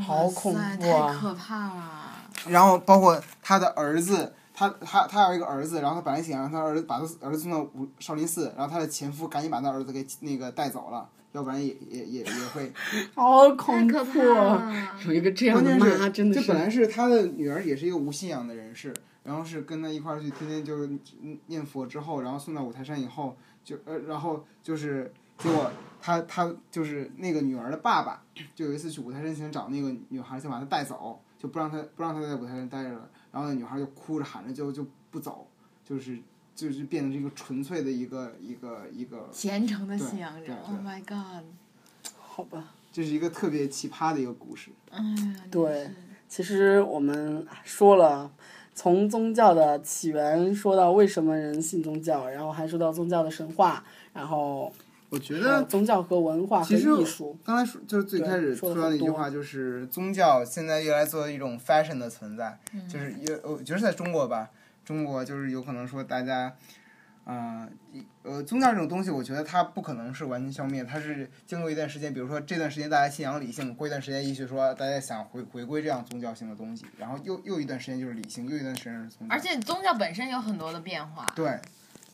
[SPEAKER 3] 好恐怖啊
[SPEAKER 2] 哇塞太可怕了！
[SPEAKER 1] 然后包括他的儿子，他他他有一个儿子，然后他本来想让他儿子把他儿子送到五少林寺，然后他的前夫赶紧把他儿子给那个带走了，要不然也也也也会。
[SPEAKER 3] 好
[SPEAKER 2] 太
[SPEAKER 3] 恐
[SPEAKER 2] 可
[SPEAKER 3] 怖啊
[SPEAKER 2] 怕！了！
[SPEAKER 3] 有一个这样
[SPEAKER 1] 关
[SPEAKER 3] 的
[SPEAKER 1] 键
[SPEAKER 3] 妈，
[SPEAKER 1] 是
[SPEAKER 3] 真的
[SPEAKER 1] 这
[SPEAKER 3] 是
[SPEAKER 1] 本来是他的女儿，也是一个无信仰的人士，然后是跟他一块儿去天天就是念佛之后，然后送到五台山以后，就呃，然后就是结果他他就是那个女儿的爸爸，就有一次去五台山想找那个女孩，想把她带走，就不让她不让她在五台山待着了，然后那女孩就哭着喊着就就不走，就是就是变成这个纯粹的一个一个一个，
[SPEAKER 2] 虔诚的信仰
[SPEAKER 1] 对
[SPEAKER 2] 者
[SPEAKER 1] 对
[SPEAKER 2] ，Oh my God！
[SPEAKER 3] 好吧。
[SPEAKER 1] 这是一个特别奇葩的一个故事。
[SPEAKER 2] 哎呀，
[SPEAKER 3] 对，其实我们啊说了，从宗教的起源说到为什么人信宗教，然后还说到宗教的神话，然后
[SPEAKER 1] 我觉
[SPEAKER 3] 还有宗教和文化和
[SPEAKER 1] 其实
[SPEAKER 3] 艺术。
[SPEAKER 1] 刚才说就是最
[SPEAKER 3] 对
[SPEAKER 1] 开始
[SPEAKER 3] 说
[SPEAKER 1] 说到
[SPEAKER 3] 得很
[SPEAKER 1] 那句
[SPEAKER 3] 多
[SPEAKER 1] 话，就是宗教现在越来作为一种 fashion 的存在，
[SPEAKER 4] 嗯
[SPEAKER 1] 就是也我觉得在中国吧，中国就是有可能说大家，嗯、一呃，宗教这种东西，我觉得它不可能是完全消灭，它是经过一段时间，比如说这段时间大家信仰理性，过一段时间也许说大家想回回归这样宗教性的东西，然后又又一段时间就是理性，又一段时间是宗教，
[SPEAKER 4] 而且宗教本身有很多的变化，
[SPEAKER 1] 对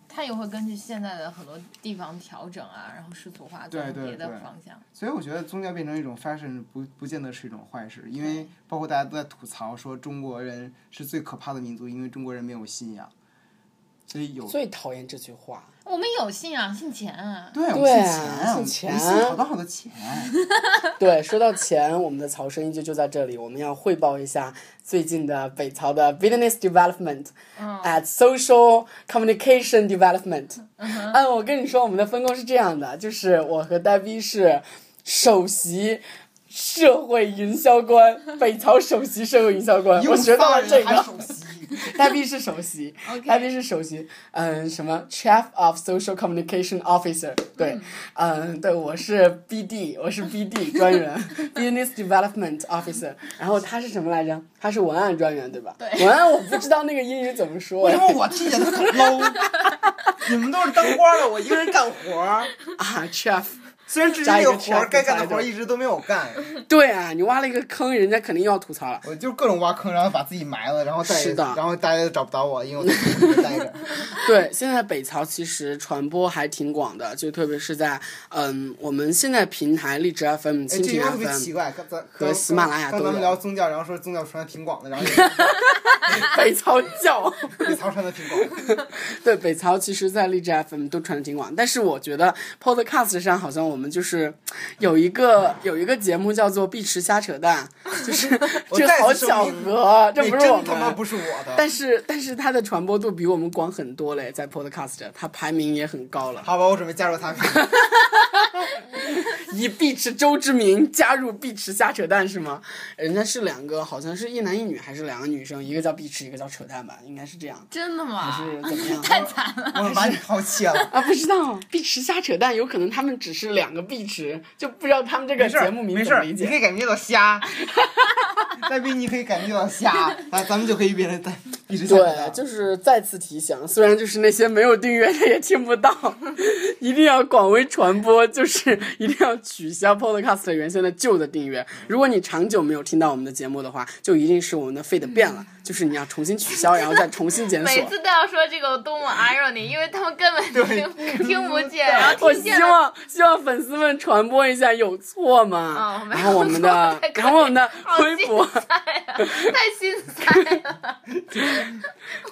[SPEAKER 4] 它也会根据现在的很多地方调整啊，然后世俗化
[SPEAKER 1] 对
[SPEAKER 4] 转
[SPEAKER 1] 对
[SPEAKER 4] 别的
[SPEAKER 1] 对
[SPEAKER 4] 方向。
[SPEAKER 1] 所以我觉得宗教变成一种 fashion 不不见得是一种坏事，因为包括大家都在吐槽说中国人是最可怕的民族，因为中国人没有信仰，所以有
[SPEAKER 3] 最讨厌这句话，
[SPEAKER 4] 我们有信仰，信钱啊，
[SPEAKER 1] 对我们
[SPEAKER 3] 对
[SPEAKER 1] 信
[SPEAKER 3] 啊
[SPEAKER 1] 钱，我们
[SPEAKER 3] 信
[SPEAKER 1] 我们
[SPEAKER 3] 钱
[SPEAKER 1] 信好多好多钱，
[SPEAKER 3] 对，说到钱，我们的曹生依旧就在这里，我们要汇报一下最近的北曹的 business development at social communication development。嗯，我跟你说，我们的分工是这样的，就是我和呆逼是首席。社会营销官，北曹首席社会营销官， 我学到了这
[SPEAKER 1] 又发人
[SPEAKER 3] 个
[SPEAKER 1] 还。首 席，
[SPEAKER 3] 呆逼是首席
[SPEAKER 4] OK
[SPEAKER 3] 呆逼是首席，嗯，什么 Chief of Social Communication Officer，对，嗯，对，我是 BD，我是 BD 专员，Business Development Officer，然后他是什么来着？他是文案专员，对吧？文案我不知道那个英语怎么说
[SPEAKER 1] 为什
[SPEAKER 3] 哎
[SPEAKER 1] 么我听起来都很 low？你 们都是当官的，我一个人干活 儿，
[SPEAKER 3] 啊，Chief。
[SPEAKER 1] 虽然至于
[SPEAKER 3] 加
[SPEAKER 1] 这
[SPEAKER 3] 一个
[SPEAKER 1] 个活儿
[SPEAKER 3] chapter
[SPEAKER 1] 该干的
[SPEAKER 3] 加一个
[SPEAKER 1] 活儿一直都没有 干，
[SPEAKER 3] 对啊，你挖了一个坑，人家肯定又要吐槽了。
[SPEAKER 1] 我就各种挖坑，然后把自己埋了，然后再
[SPEAKER 3] 是的
[SPEAKER 1] 然后大家都找不到我， 因为我在自己待着。
[SPEAKER 3] 对，现在北曹其实传播还挺广的，就特别是在嗯，我们现在平台荔枝 FM、
[SPEAKER 1] 哎，
[SPEAKER 3] 蜻
[SPEAKER 1] 这句
[SPEAKER 3] 蜓
[SPEAKER 1] 话特别奇
[SPEAKER 3] FM、
[SPEAKER 1] 怪，刚咱
[SPEAKER 3] 和
[SPEAKER 1] 刚
[SPEAKER 3] 喜马拉雅
[SPEAKER 1] 刚
[SPEAKER 3] 都
[SPEAKER 1] 咱们
[SPEAKER 3] 有
[SPEAKER 1] 聊宗教，然后说宗教传的挺广的，然后
[SPEAKER 3] 北曹教。
[SPEAKER 1] 李曹传的挺广的。
[SPEAKER 3] 对，北曹其实在荔枝 FM 都传的挺广，但是我觉得 Podcast 上好像我们就是有一个有一个节目叫做“碧池瞎扯淡”， 就是
[SPEAKER 1] 我
[SPEAKER 3] 这
[SPEAKER 1] 再次
[SPEAKER 3] 好
[SPEAKER 1] 声
[SPEAKER 3] 巧
[SPEAKER 1] 明
[SPEAKER 3] 合，这
[SPEAKER 1] 你
[SPEAKER 3] 不是我
[SPEAKER 1] 哎真他妈
[SPEAKER 3] 们。
[SPEAKER 1] 不是我的。
[SPEAKER 3] 但是但是它的传播度比我们广很多嘞，在 Podcast 它排名也很高了，
[SPEAKER 1] 好吧，我准备加入 他们。
[SPEAKER 3] 以碧池周之名加入碧池瞎扯淡是吗？人家是两个，好像是一男一女还是两个女生，一个叫碧池，一个叫扯淡吧，应该是这样，
[SPEAKER 4] 真的
[SPEAKER 3] 还
[SPEAKER 4] 吗？
[SPEAKER 3] 是怎么样？
[SPEAKER 1] 我们把你抛弃了。
[SPEAKER 3] 啊，不知道碧池瞎扯淡，有可能他们只是两个碧池，就不知道他们这 个
[SPEAKER 1] 没事
[SPEAKER 3] 节
[SPEAKER 1] 儿，
[SPEAKER 3] 目
[SPEAKER 1] 没
[SPEAKER 3] 名
[SPEAKER 1] 事
[SPEAKER 3] 怎么
[SPEAKER 1] 儿，
[SPEAKER 3] 理
[SPEAKER 1] 你可
[SPEAKER 3] 解。
[SPEAKER 1] 以改名叫 虾。戴斌，你可以改名叫虾，咱咱们就可以变成戴一直下去
[SPEAKER 3] 对，
[SPEAKER 1] 的。啊
[SPEAKER 3] 就是再次提醒，虽然就是那些没有订阅的也听不到， 一定要广为传播，就是 一定要取消 Podcast 原先的旧的订阅。如果你长久没有听到我们的节目的话，就一定是我们的 feed 变了，就是你要重新取消，然后再重新 检
[SPEAKER 2] 每
[SPEAKER 3] 索。
[SPEAKER 2] 次都要说这个有多么 irony，因为他们根本听 听不见，然后
[SPEAKER 3] 我
[SPEAKER 2] 听
[SPEAKER 3] 希
[SPEAKER 2] 见 了
[SPEAKER 3] 望希望粉丝们传播一下，有错吗？
[SPEAKER 2] 哦没
[SPEAKER 3] 然后我们的
[SPEAKER 2] 错太，可
[SPEAKER 3] 然后我们的
[SPEAKER 2] 好
[SPEAKER 3] 微
[SPEAKER 2] 精
[SPEAKER 3] 博。
[SPEAKER 2] 彩啊，太心塞了。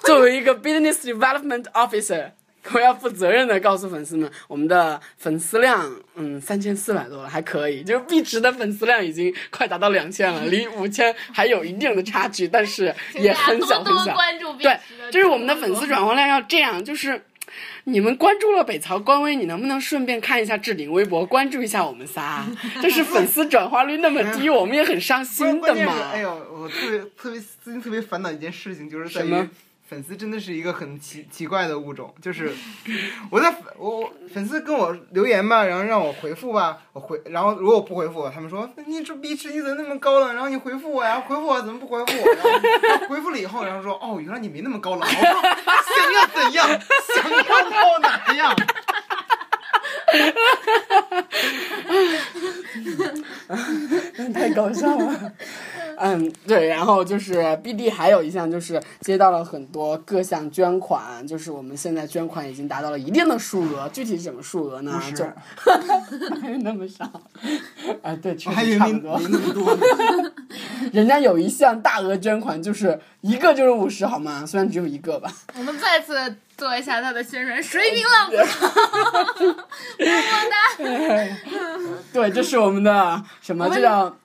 [SPEAKER 3] 作为一个 business development officer，我要负责任的告诉粉丝们，我们的粉丝量，嗯，三千四百多了，还可以，就是币值的粉丝量已经快达到两千了，离五千还有一定的差距，但是 也很
[SPEAKER 2] 请大家
[SPEAKER 3] 小很
[SPEAKER 2] 多多
[SPEAKER 3] 小。
[SPEAKER 2] 关注，
[SPEAKER 3] 对，就是我们的粉丝转
[SPEAKER 2] 化。
[SPEAKER 3] 化量要这样，就是你们关注了北曹官微，你能不能顺便看一下置顶微博，关注一下我们仨？ 就是粉丝转化率那么低，我们也很伤
[SPEAKER 1] 关
[SPEAKER 3] 心的
[SPEAKER 1] 关键是，哎
[SPEAKER 3] 嘛。
[SPEAKER 1] 哎呦，我特别特别最近特别烦恼一件事情，就是在
[SPEAKER 3] 什么
[SPEAKER 1] 于。粉丝真的是一个很奇奇怪的物种，就是我在粉我我粉丝跟我留言吧，然后让我回复吧，我回，然后如果我不回复，他们说你这逼吃鸡怎么那么高冷，然后你回复我呀，回复我怎么不回复我？然后然 后回复了以后，然后说哦，原来你没那么高冷，我说想要怎样，想要到哪样。
[SPEAKER 3] 太搞笑了。 嗯，对，然后就是 BD 还有一项就是接到了很多各项捐款，就是我们现在捐款已经达到了一定的数额，具体是什么数额呢？
[SPEAKER 1] 50
[SPEAKER 3] 就还有那么少啊？对，确
[SPEAKER 1] 我还以为
[SPEAKER 3] 实差
[SPEAKER 1] 没
[SPEAKER 3] 不多
[SPEAKER 1] 没。那么多呢。
[SPEAKER 3] 人家有一项大额捐款，就是一个就是五十，好吗？虽然只有一个吧。
[SPEAKER 2] 我们再次做一下它的宣传，水平浪不少，
[SPEAKER 3] 对，这是我们的什么？
[SPEAKER 2] 我们
[SPEAKER 3] 这叫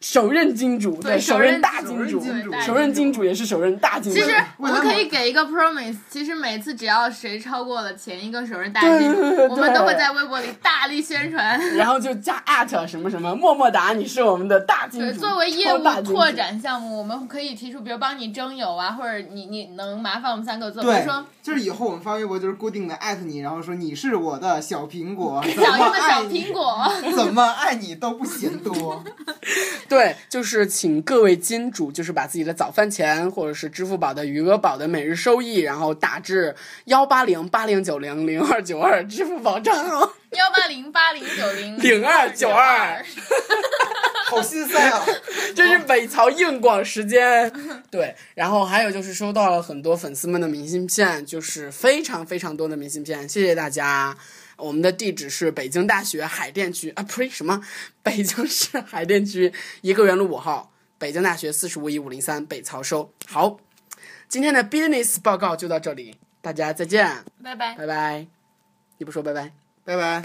[SPEAKER 3] 首任金主，
[SPEAKER 2] 对
[SPEAKER 3] 对，
[SPEAKER 2] 首
[SPEAKER 3] 首
[SPEAKER 2] 任
[SPEAKER 3] 任大
[SPEAKER 2] 金
[SPEAKER 3] 金
[SPEAKER 1] 主首
[SPEAKER 3] 主
[SPEAKER 1] 任金主，
[SPEAKER 3] 首任金主也是首任大金主。
[SPEAKER 2] 其实我
[SPEAKER 1] 为了
[SPEAKER 2] 们可以
[SPEAKER 1] 某
[SPEAKER 2] 给一个 promise，其实每次只要谁超过了前一个首任大
[SPEAKER 3] 对
[SPEAKER 2] 金主
[SPEAKER 3] 对对，
[SPEAKER 2] 我们
[SPEAKER 3] 对
[SPEAKER 2] 都会在微博里大力宣传。
[SPEAKER 3] 然后就加 at 什么什么么么哒，你是我们的大金
[SPEAKER 2] 对，
[SPEAKER 1] 嗯
[SPEAKER 3] 主，
[SPEAKER 2] 作为业
[SPEAKER 3] 超
[SPEAKER 2] 务
[SPEAKER 3] 大金主
[SPEAKER 2] 拓，展项目，我们可以提出，比如帮你征友啊，或者你你能麻呃烦我们三个做，比如
[SPEAKER 1] 对
[SPEAKER 2] 说，
[SPEAKER 1] 就是以后我们发微博就是固定的艾特你，然后说你是我的小苹果，怎
[SPEAKER 2] 小
[SPEAKER 1] 么
[SPEAKER 2] 英的
[SPEAKER 1] 爱
[SPEAKER 2] 小
[SPEAKER 1] 你
[SPEAKER 2] 苹果，
[SPEAKER 1] 怎么爱你都不嫌多。
[SPEAKER 3] 对，就是请各位金主，就是把自己的早饭钱或者是支付宝的余额宝的每日收益，然后打至幺八零八零九零零二九二支付宝账号。
[SPEAKER 2] 幺八零八零九零
[SPEAKER 3] 0292，
[SPEAKER 1] 好心塞啊！
[SPEAKER 3] 这是北朝硬广时间。对，然后还有就是收到了很多粉丝们的明信片，就是非常非常多的明信片，谢谢大家。我们的地址是北京大学海淀区啊，呸，什么？北京市海淀区颐和园路五号，北京大学四十五一五零三北曹收。好，今天的 business 报告就到这里，大家再见，
[SPEAKER 2] 拜拜。
[SPEAKER 3] 拜拜。你不说拜拜？
[SPEAKER 1] 拜拜。